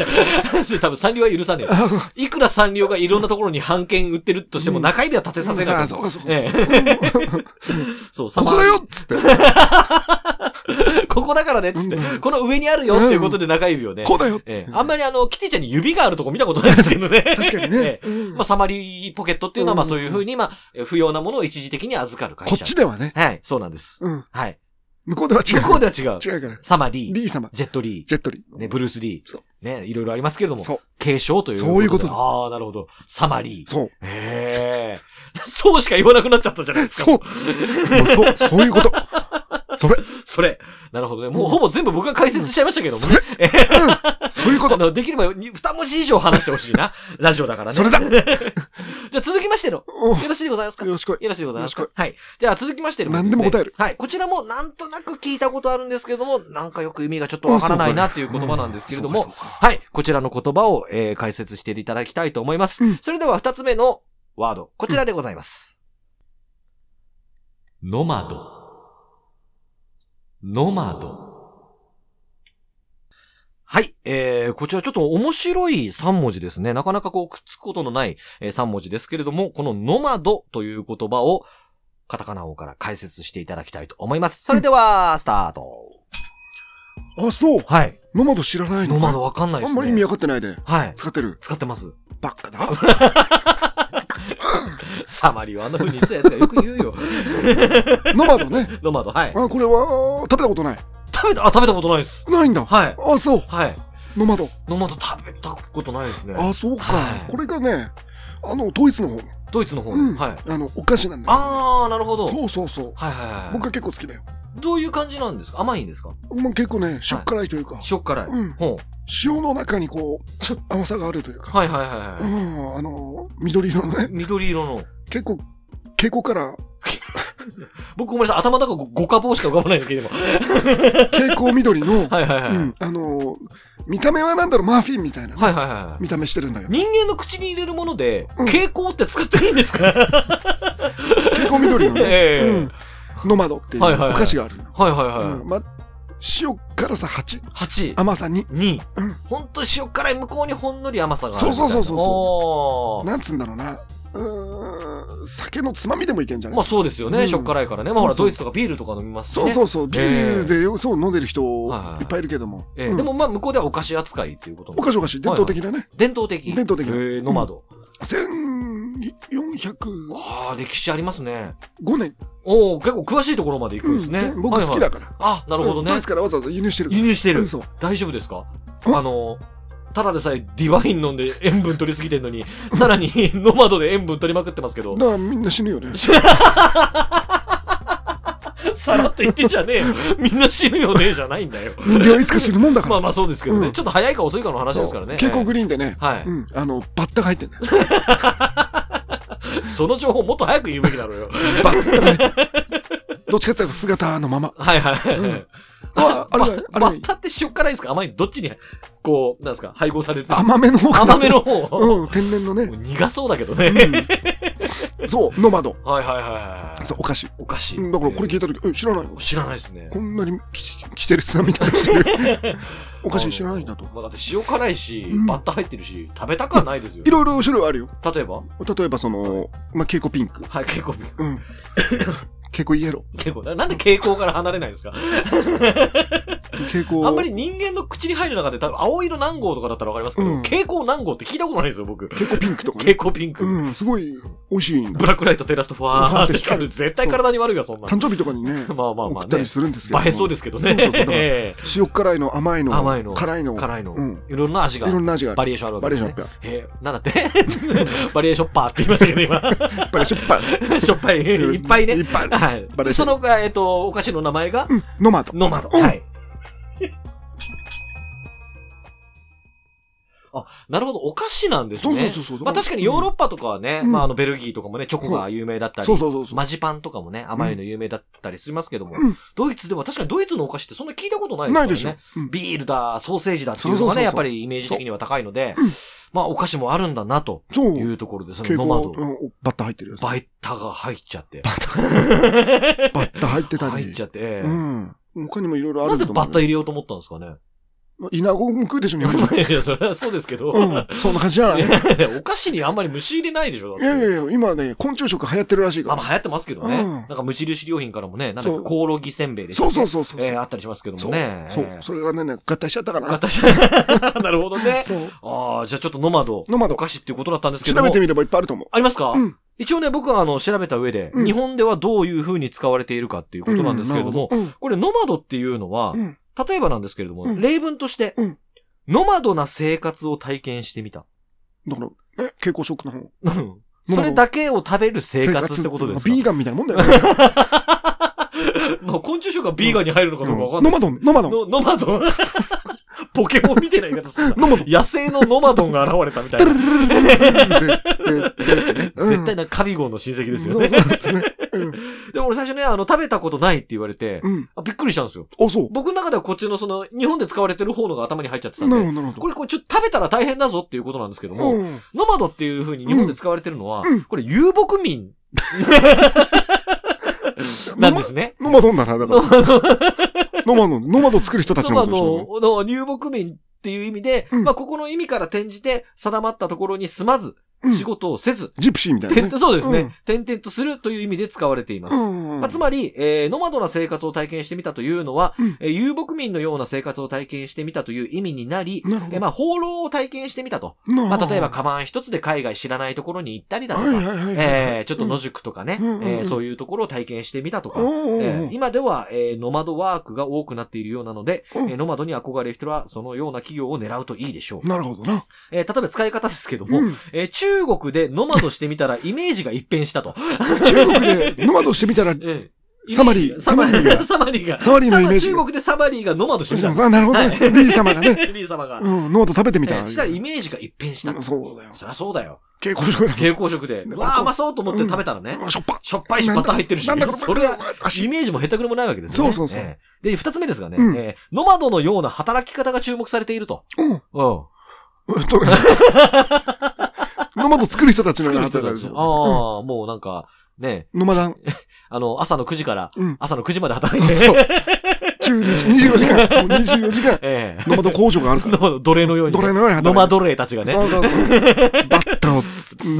Speaker 1: 違う。それ多分サンリオは許さねえ よ。
Speaker 2: ああ、そう。
Speaker 1: いくらサンリオがいろんなところに版権売ってるとしても、
Speaker 2: うん
Speaker 1: 中指は立てさせ
Speaker 2: あ
Speaker 1: な
Speaker 2: あ
Speaker 1: いと。
Speaker 2: そうかそうか。
Speaker 1: えそう、サ
Speaker 2: こ
Speaker 1: マ
Speaker 2: こ
Speaker 1: リ
Speaker 2: だ
Speaker 1: ー
Speaker 2: よっつって。
Speaker 1: ここだからねっつって
Speaker 2: う、ん
Speaker 1: この上にあるよっていうことで中指をね。
Speaker 2: こうだよ。
Speaker 1: ええ、あんまりあの、キティちゃんに指があるとこ見たことないですけどね。
Speaker 2: 確かに
Speaker 1: え
Speaker 2: ね。
Speaker 1: え
Speaker 2: うん
Speaker 1: まあ、サマリーポケットっていうのは、まあそういうふうに、まあ、え不要なものを一時的に預かる会
Speaker 2: こ
Speaker 1: 社。
Speaker 2: っちではね。
Speaker 1: はい、そうなんです。
Speaker 2: うん。
Speaker 1: はい。
Speaker 2: 向こうでは違
Speaker 1: 向こう
Speaker 2: う。
Speaker 1: では違う。
Speaker 2: 違うから。
Speaker 1: サマリー、
Speaker 2: D 様、
Speaker 1: ジェットリ
Speaker 2: ジェットリ
Speaker 1: ー、ね、ブルースリ
Speaker 2: そ
Speaker 1: ー、ね、いろいろありますけれど
Speaker 2: ー。
Speaker 1: も、
Speaker 2: そう。
Speaker 1: 継承ということで。
Speaker 2: そういうことだ
Speaker 1: ああ、なるほど。サマリー。
Speaker 2: そう。
Speaker 1: へえ。 そうしか言わなくなっちゃったじゃないですか。
Speaker 2: そう。もうそう、そういうこと。それ、
Speaker 1: それ。なるほどね。もうほぼ全部僕が解説しちゃいましたけども
Speaker 2: そ
Speaker 1: ね
Speaker 2: れ、うんそういうこ
Speaker 1: あ
Speaker 2: と。
Speaker 1: の、できればに二文字以上話してほしいな。ラジオだからね。
Speaker 2: それだ
Speaker 1: じゃあ続きましての、よ
Speaker 2: おう
Speaker 1: ろしいでございますかよ
Speaker 2: よしこい。
Speaker 1: ろしいでございます
Speaker 2: よ
Speaker 1: か
Speaker 2: ろ
Speaker 1: はい。じゃあ続きましての
Speaker 2: 何でも答える。
Speaker 1: はい。こちらもなんとなく聞いたことあるんですけれども、なんかよく意味がちょっとわからないなっていう言葉なんですけれど
Speaker 2: うん
Speaker 1: も、、はい。こちらの言葉を、えー解説していただきたいと思います。
Speaker 2: うん
Speaker 1: それでは二つ目のワード、こちらでございます。ノマド。ノマド。はい。えー、こちらちょっと面白い3文字ですね。なかなかこうくっつくことのない、え3文字ですけれども、このノマドという言葉をカタカナ王から解説していただきたいと思います。それでは、スタート。
Speaker 2: あ、そう。
Speaker 1: はい。
Speaker 2: ノマド知らないの
Speaker 1: ノマドわかんないで
Speaker 2: あ
Speaker 1: す
Speaker 2: ん
Speaker 1: ね。
Speaker 2: まり意味わかってないで。
Speaker 1: はい。
Speaker 2: 使ってる。
Speaker 1: 使ってます。
Speaker 2: バ カだ。
Speaker 1: サマリーをあんな風に言ってたやつがよく言うよ。
Speaker 2: ノマドね。
Speaker 1: ノマド、はい。
Speaker 2: あ、これは、食べたことない。
Speaker 1: 食べた、あ、食べたことないです。
Speaker 2: ないんだ。
Speaker 1: はい。
Speaker 2: あ、そう。
Speaker 1: はい。
Speaker 2: ノマド。
Speaker 1: ノマド食べたことないですね。
Speaker 2: あ、そう
Speaker 1: は
Speaker 2: か。
Speaker 1: い
Speaker 2: これがね、あの、ドイツの方。
Speaker 1: ドイツの方
Speaker 2: う
Speaker 1: の。
Speaker 2: ん。
Speaker 1: はい
Speaker 2: あ。の、お菓子なんだよ。
Speaker 1: あー、なるほど。はい
Speaker 2: そうそうそう。
Speaker 1: はいはい。
Speaker 2: 僕は結構好きだよ。
Speaker 1: どういう感じなんですか甘いんですか
Speaker 2: もう結構ね、しょっ辛いというか、
Speaker 1: 塩辛い。
Speaker 2: うん
Speaker 1: ほう。
Speaker 2: 塩の中にこう、甘さがあるというか。
Speaker 1: はいはいは
Speaker 2: う
Speaker 1: いは
Speaker 2: ん、あの、緑色の
Speaker 1: い。
Speaker 2: ね、
Speaker 1: 緑色の。
Speaker 2: 結構、稽古から
Speaker 1: 僕ごめんなさい。頭の中ご五花棒しか浮かばないんですけど、今
Speaker 2: 蛍光緑 の、
Speaker 1: はいはいは
Speaker 2: う
Speaker 1: い。
Speaker 2: ん、あの見た目はなんだろうマーフィンみたいな、
Speaker 1: はいはいはい。
Speaker 2: 見た目してるんだけど
Speaker 1: 人間の口に入れるもので、
Speaker 2: うん
Speaker 1: 蛍光って使っていいんです か
Speaker 2: 蛍光緑のね、
Speaker 1: ええ
Speaker 2: うん、ノマドっていう
Speaker 1: はいはいはい
Speaker 2: お菓子があるの、
Speaker 1: はいはいは
Speaker 2: う
Speaker 1: い。
Speaker 2: んま、塩辛さ8
Speaker 1: 8。
Speaker 2: 甘さ2
Speaker 1: に、
Speaker 2: うん
Speaker 1: ほんと塩辛い向こうにほんのり甘さがあるみたいな。
Speaker 2: そうそうそうそうそう
Speaker 1: そ
Speaker 2: なんつうんだろうなうーん酒のつまみでもいけんじゃない、
Speaker 1: まあそうですよね、
Speaker 2: うん
Speaker 1: 塩辛いからね。まあほら、
Speaker 2: そう
Speaker 1: ド
Speaker 2: そう
Speaker 1: イツとかビールとか飲みますし
Speaker 2: そう
Speaker 1: ね。
Speaker 2: そうそうビールで、そう飲んでる人
Speaker 1: はいはいはい
Speaker 2: いっぱいいるけども、
Speaker 1: ええ
Speaker 2: うん
Speaker 1: でもまあ向こうではお菓子扱いっていうこと
Speaker 2: お
Speaker 1: も。
Speaker 2: 菓子お菓子伝統的なね、
Speaker 1: 伝統的。
Speaker 2: 伝統的な
Speaker 1: ええノマド。
Speaker 2: 1405
Speaker 1: ああ、歴史ありますね。
Speaker 2: 年、
Speaker 1: おお結構詳しいところまで行くんですね。
Speaker 2: うん僕好き
Speaker 1: はいはい
Speaker 2: だから、
Speaker 1: あ、なるほどね
Speaker 2: うんドイ。ツからわざわざ輸入してる
Speaker 1: 輸入して
Speaker 2: う
Speaker 1: る
Speaker 2: ん。そう
Speaker 1: 大丈夫ですか
Speaker 2: うん
Speaker 1: あの、ただでさえディバイン飲んで塩分取りすぎてんのに、さらにノマドで塩分取りまくってますけど
Speaker 2: だ。からみんな死ぬよね
Speaker 1: さらっと言ってんじゃねえよ。みんな死ぬよねじゃないんだよ。
Speaker 2: 人間はいつか死ぬもんだから
Speaker 1: まあまあそうですけどね、
Speaker 2: うん
Speaker 1: ちょっと早いか遅いかの話ですからね。
Speaker 2: 蛍光グリーンでね、
Speaker 1: はい、
Speaker 2: うん、あのバッタが入ってんだよ。
Speaker 1: その情報もっと早く言うべきだろうよ。
Speaker 2: バッタが入ってんだよどっちかっていうと姿のまま。
Speaker 1: はいはいはい。
Speaker 2: うん
Speaker 1: あ
Speaker 2: ああれだよあれだ
Speaker 1: バ
Speaker 2: よ
Speaker 1: ッタって塩辛いですか甘いどっちに、こう、なんですか配合されてる
Speaker 2: 甘めの方かな
Speaker 1: 甘めの方。も
Speaker 2: うん、天然のね
Speaker 1: う。 苦そうだけどね。
Speaker 2: うん、そう、ノマド。
Speaker 1: はいはいはいはい。
Speaker 2: そう、お菓子。
Speaker 1: おかしい。
Speaker 2: うんだからこれ聞いた時、え、知らないの
Speaker 1: 知らないですね。
Speaker 2: こんなにききてる津波みたいなして るお菓子知らないんだと
Speaker 1: あの。まあ、だって塩辛いし、
Speaker 2: うん
Speaker 1: バッタ入ってるし、食べたくはないですよ
Speaker 2: い。ろいろ種類あるよ。
Speaker 1: 例えば
Speaker 2: 例えばその、まあ、蛍光ピンク。
Speaker 1: はい、結構。
Speaker 2: うん。蛍蛍光イエロ
Speaker 1: 結構、ななんで蛍光から離れないんですか
Speaker 2: ー。蛍光。
Speaker 1: あんまり人間の口に入る中で、多分青色何号とかだったらわかりますけど、
Speaker 2: うん
Speaker 1: 蛍光何号って聞いたことないですよ、僕。
Speaker 2: 蛍光ピンクとか
Speaker 1: 蛍
Speaker 2: ね。
Speaker 1: 光ピンク。
Speaker 2: うん、すごい美味しいんだ
Speaker 1: ブ。ラックライト照らすとふわーって光る。絶対体に悪いわ、そんな
Speaker 2: 誕生日とかにね、
Speaker 1: の。 まあまあま
Speaker 2: 送
Speaker 1: あ
Speaker 2: った
Speaker 1: ね
Speaker 2: り。するんですけど。
Speaker 1: 映えそうですけどね。
Speaker 2: そうそうだから
Speaker 1: え
Speaker 2: 塩辛いの、甘いの、
Speaker 1: 甘いの
Speaker 2: 辛い
Speaker 1: え
Speaker 2: の、
Speaker 1: 辛いの、
Speaker 2: うん
Speaker 1: いろんな味
Speaker 2: い
Speaker 1: が、
Speaker 2: ろんな味があ
Speaker 1: バ
Speaker 2: る。
Speaker 1: リエーションあるわ
Speaker 2: バ
Speaker 1: け
Speaker 2: リ
Speaker 1: で
Speaker 2: エー
Speaker 1: す
Speaker 2: シ
Speaker 1: ね
Speaker 2: ョン。が。
Speaker 1: えーなんだってバリエーションパーって言 いましたけど、 今。
Speaker 2: バリエーションパン。
Speaker 1: しょっぱい、 いっぱい
Speaker 2: いっ
Speaker 1: ね。
Speaker 2: ぱいある。
Speaker 1: はい
Speaker 2: バリエーショ。ン
Speaker 1: その、えっと、お菓子の名前が、
Speaker 2: うん、ノマド。
Speaker 1: ノマド。
Speaker 2: うん
Speaker 1: はい。あ、なるほど。お菓子なんです
Speaker 2: そう
Speaker 1: ね。
Speaker 2: そうそうそう。
Speaker 1: まあ確かにヨーロッパとかはね、
Speaker 2: うん
Speaker 1: まああのベルギーとかもね、チョコが有名だったり、
Speaker 2: そうそうそうそう。
Speaker 1: マジパンとかもね、甘いの有名だったりしますけども、
Speaker 2: うん
Speaker 1: ドイツでも確かにドイツのお菓子ってそんな聞いたことないですか
Speaker 2: な
Speaker 1: ら
Speaker 2: い
Speaker 1: ね。
Speaker 2: でしょ。うん
Speaker 1: ビールだ、ソーセージだっていうの
Speaker 2: そうそう
Speaker 1: が
Speaker 2: そうそ
Speaker 1: ね、
Speaker 2: う
Speaker 1: やっぱりイメージ的には高いので
Speaker 2: うん、
Speaker 1: まあお菓子もあるんだなと
Speaker 2: そう。
Speaker 1: い
Speaker 2: 蛍
Speaker 1: うところで、その
Speaker 2: 光
Speaker 1: ノマド、
Speaker 2: うんバッタ入ってるやつ。
Speaker 1: バイタが入っちゃって。
Speaker 2: バッタ入ってたり。
Speaker 1: 入っちゃって。ええ
Speaker 2: うん。他にもいろいろあ
Speaker 1: な
Speaker 2: る
Speaker 1: んで
Speaker 2: と思う
Speaker 1: バッタ入れようと思ったんですかね。
Speaker 2: まあイナゴも食うでしょ、日本人。
Speaker 1: いや、それはそうですけど、
Speaker 2: うん。そんな感じ じゃない。い
Speaker 1: いやお菓子にあんまり虫入れないでしょ、だって
Speaker 2: やいやいや、今ね、昆虫食流行ってるらしいか
Speaker 1: あ、ま
Speaker 2: ら。
Speaker 1: あ流行ってますけどね。
Speaker 2: うん
Speaker 1: なんか無印良品からもね、なんだっ
Speaker 2: そ
Speaker 1: け
Speaker 2: う
Speaker 1: コオロギせんべいでした
Speaker 2: そ
Speaker 1: っ
Speaker 2: う
Speaker 1: け
Speaker 2: そうそうそう。
Speaker 1: えーあったりしますけど
Speaker 2: そ
Speaker 1: も
Speaker 2: う
Speaker 1: ね。
Speaker 2: そう。それがねね、合体しちゃったか
Speaker 1: えー
Speaker 2: ら。
Speaker 1: 私、 なるほどね。
Speaker 2: そう。
Speaker 1: ああ、じゃあちょっとノマド。
Speaker 2: ノマド
Speaker 1: お菓子っていうことだったんですけど
Speaker 2: 調
Speaker 1: も。
Speaker 2: べてみればいっぱいあると思う。
Speaker 1: ありますか、
Speaker 2: うん
Speaker 1: 一応ね、僕はあの、調べた上で、
Speaker 2: うん
Speaker 1: 日本ではどういう風に使われているかっていうことなんですけれども、
Speaker 2: うん。なる
Speaker 1: これノマドっていうのは
Speaker 2: ほどう、ん
Speaker 1: 例えばなんですけれども、
Speaker 2: うん
Speaker 1: 例文として、
Speaker 2: うん
Speaker 1: ノマドな生活を体験してみた。
Speaker 2: だから、え、蛍光食の方。
Speaker 1: うんそれだけを食べる生活ってことですか
Speaker 2: ビーガンみたいなもん だよね。
Speaker 1: まあ、昆虫食がビーガンに入るのかどうかわかんな
Speaker 2: ノ
Speaker 1: い。
Speaker 2: マドン、ノマドン。
Speaker 1: のノマドン ポケモンみたいな言い方するな。
Speaker 2: ノマドン。
Speaker 1: 野生のノマドンが現れたみたい
Speaker 2: ダ
Speaker 1: な
Speaker 2: ル。 ルルルルルルルルルルルルルルルルルルルル
Speaker 1: 絶対なカビゴンの親戚ですよ
Speaker 2: う
Speaker 1: ね
Speaker 2: ん。そうそうですね。うん
Speaker 1: でも俺最初ね、あの、食べたことないって言われて、
Speaker 2: うん。
Speaker 1: あびっくりしたんですよ。
Speaker 2: あ、そう。
Speaker 1: 僕の中ではこっちのその、日本で使われてる方のが頭に入っちゃってたん
Speaker 2: なるほ
Speaker 1: で、
Speaker 2: ど、なるほ
Speaker 1: これこれちょっと食べたら大変だぞっていうことなんですけど
Speaker 2: ど。
Speaker 1: も、
Speaker 2: うん
Speaker 1: ノマドっていう風に日本で使われてるのは、
Speaker 2: うん
Speaker 1: これ遊牧民なんですね。
Speaker 2: ノマドンだな、だから。ノマドン、ノマド作る人たち
Speaker 1: ノ
Speaker 2: の
Speaker 1: マ
Speaker 2: ことでしょ
Speaker 1: ドの遊牧民っていう意味で、
Speaker 2: うん
Speaker 1: まあここの意味から転じて定まったところに住まず、
Speaker 2: うん
Speaker 1: 仕事をせず、
Speaker 2: ジプシーみたいな
Speaker 1: 転
Speaker 2: ね。
Speaker 1: 々そうですね、
Speaker 2: うん
Speaker 1: 転々とするという意味で使われています。
Speaker 2: うん
Speaker 1: まあつまり、えーノマドな生活を体験してみたというのは、
Speaker 2: うん
Speaker 1: えー遊牧民のような生活を体験してみたという意味になり、
Speaker 2: なるほ
Speaker 1: えー
Speaker 2: ど。
Speaker 1: まあ、放浪を体験してみたと。
Speaker 2: ま
Speaker 1: まあ、例えば、カバン一つで海外知らないところに行ったりだと
Speaker 2: は
Speaker 1: か、
Speaker 2: いはいはいはい。
Speaker 1: えーちょっと野宿とかね、
Speaker 2: うんうんうん
Speaker 1: えーそういうところを体験してみたとか、
Speaker 2: うんうん
Speaker 1: え
Speaker 2: う
Speaker 1: ー
Speaker 2: ん
Speaker 1: 今では、えーノマドワークが多くなっているようなので、
Speaker 2: うん
Speaker 1: えーノマドに憧れる人はそのような企業を狙うといいでしょう。
Speaker 2: なるほどな。
Speaker 1: えー例えば使い方ですけども、
Speaker 2: うん
Speaker 1: えー中国でノマドしてみたらイメージが一変 したと。
Speaker 2: 中国でノマドしてみたら、
Speaker 1: えー
Speaker 2: サマリー
Speaker 1: サマリーが。
Speaker 2: が
Speaker 1: サマリーが。
Speaker 2: サマリーのイメージ
Speaker 1: サ
Speaker 2: が
Speaker 1: マ中国でサマリーがノマドしてみたんです
Speaker 2: あなるほどね。リー様がね、
Speaker 1: リー様が。
Speaker 2: うん、ノマド食べてみ
Speaker 1: え
Speaker 2: た
Speaker 1: ーしたらイメージが一変した
Speaker 2: う。んそうだよ。
Speaker 1: そりゃそうだよ。
Speaker 2: 蛍光色だ
Speaker 1: 蛍光色で。
Speaker 2: うん
Speaker 1: うわあ、甘そうと思って食べたらね。
Speaker 2: よ。あしょっぱ。
Speaker 1: しょっぱいし、バター入ってるし。
Speaker 2: なんだこれ
Speaker 1: それは、イ
Speaker 2: 足。
Speaker 1: メージも下手くれもないわけですよね。
Speaker 2: そうそうそう
Speaker 1: ええで、二つ目ですがね、
Speaker 2: うん
Speaker 1: ええノマドのような働き方が注目されていると。
Speaker 2: うん。
Speaker 1: うん。
Speaker 2: えっとね ノマド作る人たちの
Speaker 1: 作る人
Speaker 2: 働き方
Speaker 1: た
Speaker 2: で
Speaker 1: ち
Speaker 2: す
Speaker 1: の。
Speaker 2: よ。
Speaker 1: ああ、もうなんか、ね、
Speaker 2: うんノマダン。
Speaker 1: あの、朝の9時から、
Speaker 2: うん。
Speaker 1: 朝の9時まで働い
Speaker 2: そ
Speaker 1: て
Speaker 2: うそう。中日、24時間。もう24時間。
Speaker 1: ええ
Speaker 2: ノマド工場があるか
Speaker 1: ノマド、奴隷のよう
Speaker 2: ら。
Speaker 1: に
Speaker 2: 奴
Speaker 1: ね、
Speaker 2: 隷のように働いて
Speaker 1: ノ
Speaker 2: る
Speaker 1: マド隷たちがね、
Speaker 2: そうそうそう。バッタを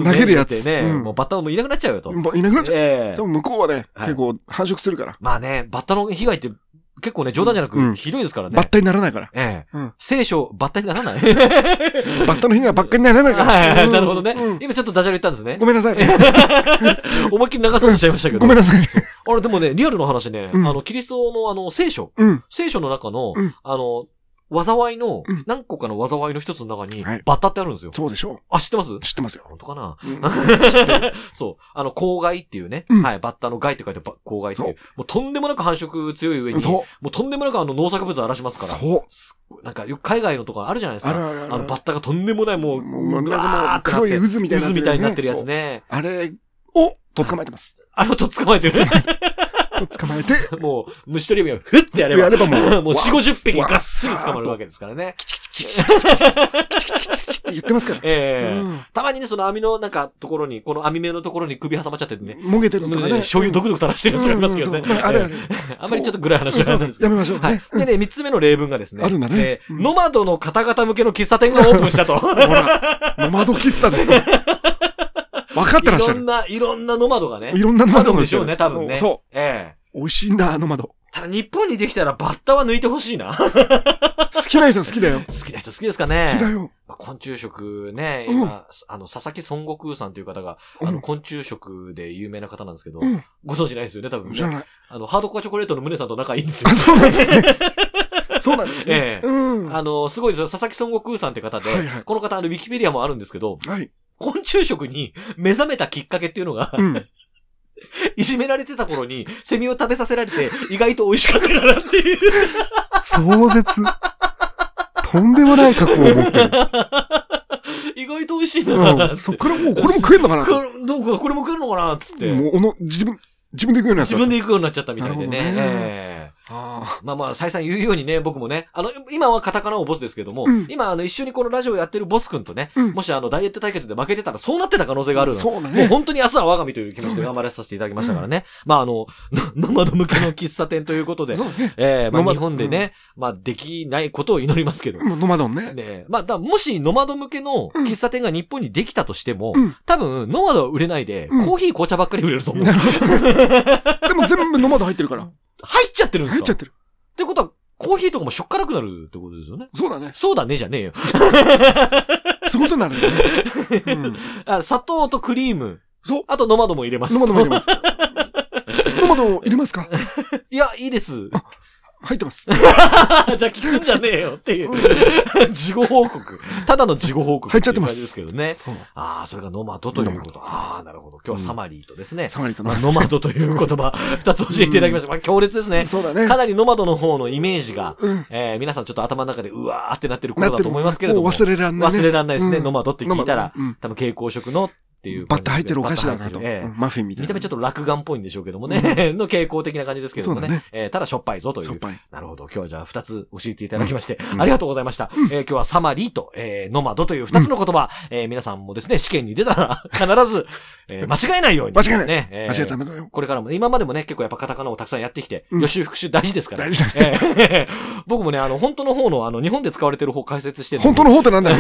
Speaker 2: 投げるやつ。
Speaker 1: 進めてね、
Speaker 2: うん
Speaker 1: もうバッタもいなくなっちゃうよと。
Speaker 2: まあいなくなっちゃ
Speaker 1: ええ
Speaker 2: う。でも向こうはね、
Speaker 1: はい
Speaker 2: 結構繁殖するから。
Speaker 1: まあね、バッタの被害って結構ね、冗談じゃな
Speaker 2: う
Speaker 1: く、
Speaker 2: ん
Speaker 1: ひどいですからね。
Speaker 2: バッタにならないから。
Speaker 1: ええ
Speaker 2: うん
Speaker 1: 聖書、バッタにならない
Speaker 2: バッタの被害ばっかりにならないか
Speaker 1: はいはいは
Speaker 2: ら。
Speaker 1: い、なるほどね、
Speaker 2: うん
Speaker 1: 今ちょっとダジャレ言ったんですね
Speaker 2: ご。めんなさい。
Speaker 1: 思いっきり流そうとしちゃいましたけど。
Speaker 2: ごめんなさい。
Speaker 1: あれ、でもね、リアルの話ね、
Speaker 2: うん
Speaker 1: あの、キリストのあの、聖書、
Speaker 2: うん。
Speaker 1: 聖書の中の、
Speaker 2: うん
Speaker 1: あの、災いの、
Speaker 2: うん
Speaker 1: 何個かの災いの一つの中に、
Speaker 2: はい
Speaker 1: バッタってあるんですよ。
Speaker 2: そうでしょ
Speaker 1: あ、知ってます
Speaker 2: う。知ってますよ。
Speaker 1: 本当かな
Speaker 2: うん
Speaker 1: そう。あの、公害っていうね、
Speaker 2: うん
Speaker 1: はい、バッタの害って書いて、ば公害っていう
Speaker 2: そう
Speaker 1: もうとんでもなく繁殖強い上に、も
Speaker 2: そう
Speaker 1: とんでもなくあの、農作物荒らします
Speaker 2: う。
Speaker 1: から。
Speaker 2: そう。
Speaker 1: すっごいなんか、よく海外のとかあるじゃないですか。
Speaker 2: あるあるある。
Speaker 1: あの、バッタがとんでもない、もう、
Speaker 2: も
Speaker 1: うわーっ
Speaker 2: う
Speaker 1: てなっ
Speaker 2: 黒い
Speaker 1: て
Speaker 2: 渦みたいになってるやつ
Speaker 1: 渦み
Speaker 2: ね
Speaker 1: たいになってるやつね。
Speaker 2: あれをとっ捕まえてます。
Speaker 1: あれをとっ捕まえてる。
Speaker 2: とっ捕まえて、
Speaker 1: もう、虫取り網をふってやれば
Speaker 2: や、ればもう、
Speaker 1: もう4、50匹
Speaker 2: わ
Speaker 1: がっすり捕まるわけですからね。
Speaker 2: って言ってますから。
Speaker 1: ええ
Speaker 2: う
Speaker 1: たまにね、その網のなんかところに、この網目のところに首挟まっちゃっててね。
Speaker 2: んもげてるのとか
Speaker 1: ね
Speaker 2: ね。
Speaker 1: 醤油ドクドク垂らしてるやつがありますけどね
Speaker 2: うん。そうあれあれ
Speaker 1: ええあんまりちょっと暗い話じゃないんですけ
Speaker 2: や
Speaker 1: ど。
Speaker 2: めましょう
Speaker 1: は
Speaker 2: ね
Speaker 1: い。。でね、三つ目の例文がですね。
Speaker 2: あるんだね
Speaker 1: ええ
Speaker 2: うん
Speaker 1: ノマドの 方々向けの喫茶店がオープンしたと。
Speaker 2: ほら、ノマド喫茶ですよ。分かってらっしゃ
Speaker 1: いろん
Speaker 2: る。
Speaker 1: な、いろんなノマドがね
Speaker 2: い。ろんな
Speaker 1: 窓
Speaker 2: 窓
Speaker 1: で
Speaker 2: で
Speaker 1: しょうね、多分ね。。
Speaker 2: そう
Speaker 1: ええ。
Speaker 2: う。美味しいんだ、あの窓。
Speaker 1: ただ日本にできたらバッタは抜いてほしいな。好
Speaker 2: 好きな人好きだよ。
Speaker 1: きな人好きですか
Speaker 2: 好きだ
Speaker 1: ね。
Speaker 2: よ。
Speaker 1: まあ昆虫食ね、
Speaker 2: うん
Speaker 1: 今、あの、佐々木孫悟空さんという方が、
Speaker 2: う
Speaker 1: あの、
Speaker 2: ん。
Speaker 1: 昆虫食で有名な方なんですけど
Speaker 2: う、ん。
Speaker 1: ご存知ないですよね、多分
Speaker 2: じゃ
Speaker 1: ね。
Speaker 2: ない。
Speaker 1: あの、ハードコアチョコレートのムネさんと仲いいんですよ
Speaker 2: あ、。そうなんですね。そうなんです ね。
Speaker 1: ええ。
Speaker 2: うん。
Speaker 1: あ
Speaker 2: は
Speaker 1: の、すごいですよ。佐々木孫悟空さんって方で
Speaker 2: はいはい、
Speaker 1: この方、あの、ウィキペディアもあるんですけど、
Speaker 2: い。
Speaker 1: 昆虫食に目覚めたきっかけっていうのが、
Speaker 2: うん。
Speaker 1: いじめられてた頃に、セミを食べさせられて、意外と美味しかったからっていう。
Speaker 2: 壮絶。とんでもない過去を持ってる。
Speaker 1: 意外と美味しいな
Speaker 2: う
Speaker 1: っ
Speaker 2: ん。
Speaker 1: つ
Speaker 2: そ
Speaker 1: っ。
Speaker 2: ってからもう、これも食えんのかな
Speaker 1: これどうかこれも食えるのかなっつって。
Speaker 2: もう、おの、自分、自分で食うようになっ
Speaker 1: 自
Speaker 2: た。
Speaker 1: 分で行くようになっちゃったみたいでね。
Speaker 2: なるほどね
Speaker 1: ええ
Speaker 2: あ
Speaker 1: まあまあ、再三言うようにね、僕もね、あの、今はカタカナをボスですけども、
Speaker 2: うん
Speaker 1: 今、あの、一緒にこのラジオやってるボス君とね、
Speaker 2: うん
Speaker 1: もしあの、ダイエット対決で負けてたら、そうなってた可能性があるの。
Speaker 2: そうだ
Speaker 1: もう
Speaker 2: ね。
Speaker 1: 本当に明日は我が身という気持ちで頑張らさせていただきましたからね。まああの、ノマド向けの喫茶店ということで、
Speaker 2: そうね。
Speaker 1: ええまあ
Speaker 2: ノマド
Speaker 1: 日本でね、まあできないことを祈りますけど。ね
Speaker 2: もうノマドンね。
Speaker 1: えまあだもしノマド向けの喫茶店が日本にできたとしても、
Speaker 2: うん
Speaker 1: 多分ノマドは売れないで、
Speaker 2: うん
Speaker 1: コーヒー紅茶ばっかり売れると思う。
Speaker 2: なる
Speaker 1: 入
Speaker 2: ほど。でも全部ノマド入ってるから。
Speaker 1: っちゃってるんです
Speaker 2: 入っ
Speaker 1: か
Speaker 2: ちゃってる。
Speaker 1: ってことは、コーヒーとかもしょっからくなるってことですよね。
Speaker 2: そうだね。
Speaker 1: そうだねじゃねえよ。
Speaker 2: そういうことになる よね。うん。
Speaker 1: あ砂糖とクリーム。
Speaker 2: そう。
Speaker 1: あとノマドも入れます。
Speaker 2: ノマドも入れます。ノマド入れますか
Speaker 1: いや、いいです。
Speaker 2: 入ってます。
Speaker 1: じゃあ聞くんじゃねえよっていう
Speaker 2: うん。
Speaker 1: 事後報告。ただの事後報告。
Speaker 2: 入っちゃってます
Speaker 1: ですけどね。
Speaker 2: そう。
Speaker 1: ああ、それがノマドということ。ああ、なるほど。今日はサマリーとですね。
Speaker 2: サマリーと
Speaker 1: ま
Speaker 2: な
Speaker 1: あ、。ノマドという言葉、 二つ教えていただきました。まあ、強烈ですね。
Speaker 2: そうだね
Speaker 1: か。なりノマドの方のイメージが、
Speaker 2: うん。
Speaker 1: えー、皆さんちょっと頭の中でうわーってなってること
Speaker 2: なっ
Speaker 1: だ
Speaker 2: て
Speaker 1: と
Speaker 2: る
Speaker 1: 思いますけれども。
Speaker 2: う忘れらんない。
Speaker 1: 忘れらんないですね。
Speaker 2: うん
Speaker 1: ノマドって聞いたら、
Speaker 2: うん。
Speaker 1: 多分蛍光色のっていう
Speaker 2: バ
Speaker 1: 感
Speaker 2: ッ
Speaker 1: じですね、
Speaker 2: タ入ってるお
Speaker 1: バ
Speaker 2: 菓子だな
Speaker 1: ッタ
Speaker 2: と。
Speaker 1: 入ってるえ
Speaker 2: う
Speaker 1: え
Speaker 2: んマフィンみたい
Speaker 1: 見
Speaker 2: な。
Speaker 1: た目ちょっと落眼っぽいんでしょうけどもね。 の傾向的な感じですけれども
Speaker 2: そうだ
Speaker 1: ね
Speaker 2: ね。
Speaker 1: えーただしょっぱいぞとい
Speaker 2: しょっ
Speaker 1: う。
Speaker 2: ぱい。
Speaker 1: なるほど。今日はじゃあ二つ教えていただきまして、
Speaker 2: うん
Speaker 1: ありがとうございました。えー今日はサマリーと、えーノマドという二つの言葉、えー皆さんもですね、試験に出たら必ず、えー間違えないように、
Speaker 2: 間違えない
Speaker 1: ね、えー
Speaker 2: 間違えたらダメだよ。
Speaker 1: これからもね、今までもね、結構やっぱカタカナをたくさんやってきて、
Speaker 2: うん
Speaker 1: 予習復習大事ですから。
Speaker 2: 大事だね。
Speaker 1: ええ 僕もね、あの、本当の方の、あの、日本で使われてる方解説してる
Speaker 2: 本当の方ってな んだよ。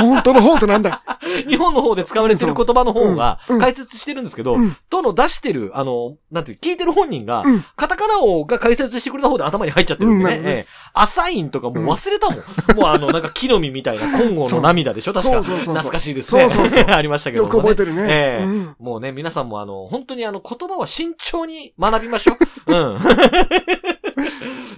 Speaker 2: 本当の方ってなんだ。
Speaker 1: 日本の方で使われてる言葉の方が
Speaker 2: うんうん
Speaker 1: 解説してるんですけど、
Speaker 2: うん
Speaker 1: どの出してる、あの、なんていう、聞いてる本人が、
Speaker 2: うん
Speaker 1: カタカナをが解説してくれた方で頭に入っちゃってるんでね、
Speaker 2: うん
Speaker 1: ええアサインとかもう忘れたもん。もうあの、なんか木の実みたいな金剛の涙でしょ確
Speaker 2: そ
Speaker 1: か。
Speaker 2: うそうそうそう
Speaker 1: 懐かしいですね。
Speaker 2: そうそうそう
Speaker 1: ありましたけど
Speaker 2: よ
Speaker 1: も、ね。
Speaker 2: く覚えてるね
Speaker 1: え。え
Speaker 2: うん
Speaker 1: もうね、皆さんもあの、本当にあの、言葉は慎重に学びましょう。 うん。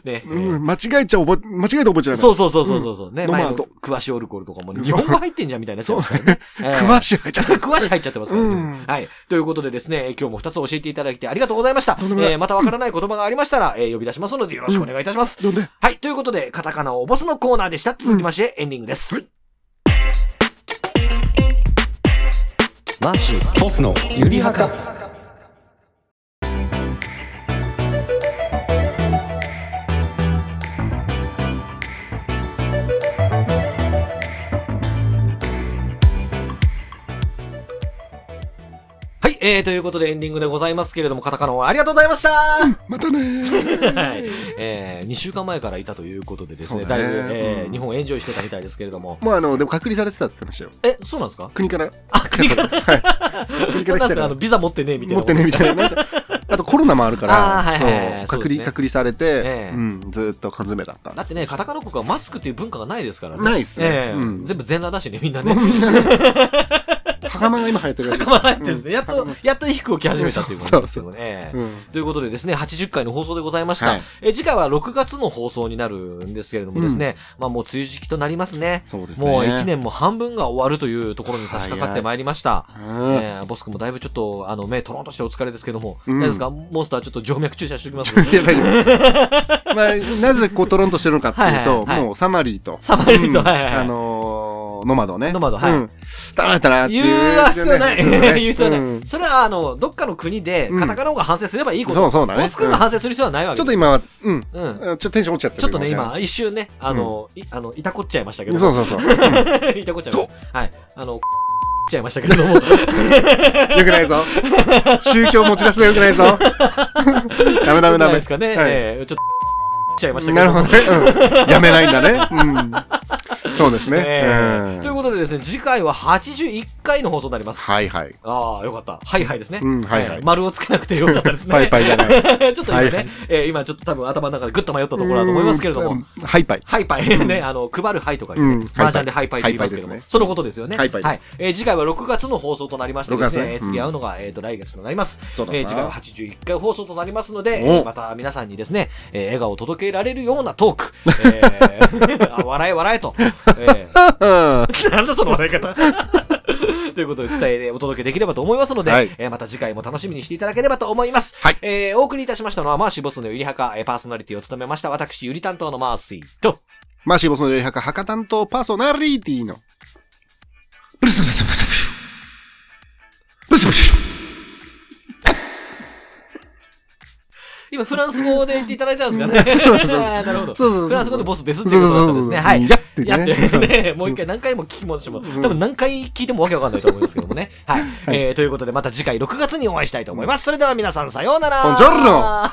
Speaker 1: ね、ええ
Speaker 2: うん。間違えちゃ覚え、間違えて覚えちゃう。
Speaker 1: そうそうそうそうそう。うね、
Speaker 2: ノマ
Speaker 1: 前
Speaker 2: ド
Speaker 1: のクワシオルコールとかもね、日本語入ってんじゃんみたいなやつですからね。ええ
Speaker 2: 詳しい入っちゃった。
Speaker 1: 詳し入っちゃってますからね。
Speaker 2: うん
Speaker 1: はい。ということでですね、えー今日も2つ教えていただいてありがとうございました。
Speaker 2: とんでもない
Speaker 1: えーまたわからない言葉がありましたら、えー呼び出しますのでよろしくお願いいたします。
Speaker 2: 呼んで。
Speaker 1: はい。ということで、カタカナをボスのコーナーでした。続きまして、エンディングです。
Speaker 3: マーシーボスのゆりはか
Speaker 1: はい。えー、ということでエンディングでございますけれども、カタカナをありがとうございました、
Speaker 2: またね
Speaker 1: はい
Speaker 2: ー。。
Speaker 1: えー、2週間前からいたということでですね、
Speaker 2: そう
Speaker 1: だ
Speaker 2: だ
Speaker 1: い
Speaker 2: ね
Speaker 1: ぶ、えー
Speaker 2: うん
Speaker 1: 日本をエンジョイしてたみたいですけれども。
Speaker 2: もうあの、でも隔離されてたって話だよ。
Speaker 1: え、そうなんですか
Speaker 2: 国から。
Speaker 1: あ、国から、
Speaker 2: はい。国か
Speaker 1: なん
Speaker 2: ら来
Speaker 1: です
Speaker 2: た
Speaker 1: かあ
Speaker 2: ら
Speaker 1: の、。ビザ持ってねえみたい
Speaker 2: 持
Speaker 1: な。
Speaker 2: ってねみたいな。 あとコロナもあるか
Speaker 1: あーはいはいはい
Speaker 2: ら、
Speaker 1: そう
Speaker 2: 隔
Speaker 1: です
Speaker 2: 離、
Speaker 1: ね
Speaker 2: 隔離されて
Speaker 1: え、え
Speaker 2: うん、ずーっと缶詰だった。
Speaker 1: だってね、カタカナ国はマスクっていう文化がないですからね。
Speaker 2: ないっすね
Speaker 1: ええ
Speaker 2: うん
Speaker 1: 全部 全裸だしね、みんなね。
Speaker 2: もうみんなね、 袴が今流行ってるらしい。
Speaker 1: 構わないですね。やっと
Speaker 2: うん、
Speaker 1: やっと衣服を着始めたっていうことですよね。
Speaker 2: うん。
Speaker 1: ということでですね、80回の放送でございました。
Speaker 2: はい
Speaker 1: え次回は6月の放送になるんですけれどもですね、まあもう梅雨時期となりますね。
Speaker 2: そうですね。
Speaker 1: もう1。年も半分が終わるというところに差し掛かってまいりました。
Speaker 2: うん。
Speaker 1: えーボス君もだいぶちょっと、あの、目トロンとしてお疲れですけども、
Speaker 2: うん
Speaker 1: 大丈夫ですかモンスターちょっと静脈注射しておき ます。
Speaker 2: いや 大丈夫ですまあ、なぜこうトロンとしてるのかっていう
Speaker 1: はい
Speaker 2: と、
Speaker 1: はいはい
Speaker 2: もうサマリーと、
Speaker 1: サマリーと
Speaker 2: うん
Speaker 1: はいはいはい
Speaker 2: あのーノマドね。
Speaker 1: ノマドはい
Speaker 2: うん。ダメだったなってい
Speaker 1: 言
Speaker 2: う
Speaker 1: う必要ない。
Speaker 2: そうだね
Speaker 1: 言う必要ない。
Speaker 2: うん
Speaker 1: それは、あの、どっかの国で、
Speaker 2: うん
Speaker 1: カタカナ語が反省すればいいこと。
Speaker 2: そうそうだね
Speaker 1: ボス君が
Speaker 2: うん
Speaker 1: 反省する必要はないわけ
Speaker 2: ちょ
Speaker 1: で
Speaker 2: っ
Speaker 1: す。
Speaker 2: と今は、うん。ち
Speaker 1: うん。
Speaker 2: ょっとテンション落ちちゃってる
Speaker 1: ちょっとね、
Speaker 2: かも
Speaker 1: 今、一瞬ね、あの、い、あの、いたこっちゃいましたけ
Speaker 2: しれな
Speaker 1: ど。
Speaker 2: い。そうそうそう。うん
Speaker 1: う。 いたこっちゃいま
Speaker 2: そう
Speaker 1: した。はい。あの、 っちゃいましたけれども。
Speaker 2: よくな いぞ。宗教持ち出すのよくないぞ。ダ メダメダ
Speaker 1: ない
Speaker 2: メ。
Speaker 1: ですかね。
Speaker 2: はい
Speaker 1: ええちょっと、っちゃいましたけ
Speaker 2: な
Speaker 1: ど
Speaker 2: る
Speaker 1: も。
Speaker 2: ほどね。うんやめないんだね。うん。そうです ね。
Speaker 1: えーという
Speaker 2: うん
Speaker 1: ことでですね、次回は81回の放送になります。
Speaker 2: はいはい。
Speaker 1: ああ、よかった。はいはいですね。
Speaker 2: うんはいはい
Speaker 1: えー丸をつけなくてよかったですね。
Speaker 2: パイパイじゃない。
Speaker 1: ちょっと今ね、
Speaker 2: はいはい
Speaker 1: えー今ちょっと多分頭の中でぐっと迷ったところだと思いますけれど
Speaker 2: う
Speaker 1: も
Speaker 2: ん。。ハイパイ。
Speaker 1: ハイパイね、あの、配るハイとか言う
Speaker 2: うん
Speaker 1: ね、麻雀でハイパイって言いますけど
Speaker 2: ハイパイ
Speaker 1: も
Speaker 2: で、
Speaker 1: そのことですよね。
Speaker 2: ハイパイです
Speaker 1: はい。えー次回は6月の放送となりましてです
Speaker 2: 6月ね
Speaker 1: ね、えー
Speaker 2: うん
Speaker 1: 次会うのが、えっと、来月となります。
Speaker 2: そう
Speaker 1: えー次回は81回放送となりますので、
Speaker 2: お
Speaker 1: えーまた皆さんにですね、えー笑顔を届けられるようなトーク、えー あ笑え笑えと、え
Speaker 2: は。
Speaker 1: ーなんだその笑い方 ということで伝えてお届けできればと思いますので、
Speaker 2: はい
Speaker 1: えーまた次回も楽しみにしていただければと思います。
Speaker 2: はい
Speaker 1: えーお送りいたしましたのは、マーシーボスのゆりはか、えーパーソナリティを務めました、私、ゆり担当のマーシーと、
Speaker 2: マシボスの400博担当パーソナリティの。ブルスブルスブルスブルスブルスブルス
Speaker 1: 今、フランス語で言っていただいたんです かね。あ ーなるほど。
Speaker 2: そうそうそう
Speaker 1: フランス語でボスですっていうことだったんですね。はい。
Speaker 2: やってね
Speaker 1: やってですね、もう一回何回も聞き戻しても、
Speaker 2: うん
Speaker 1: 多分何回聞いてもわけわかんないと思いますけどもね。はい。えーということで、また次回6月にお会いしたいと思います。それでは皆さん、さようなら。
Speaker 2: ボンジョルノ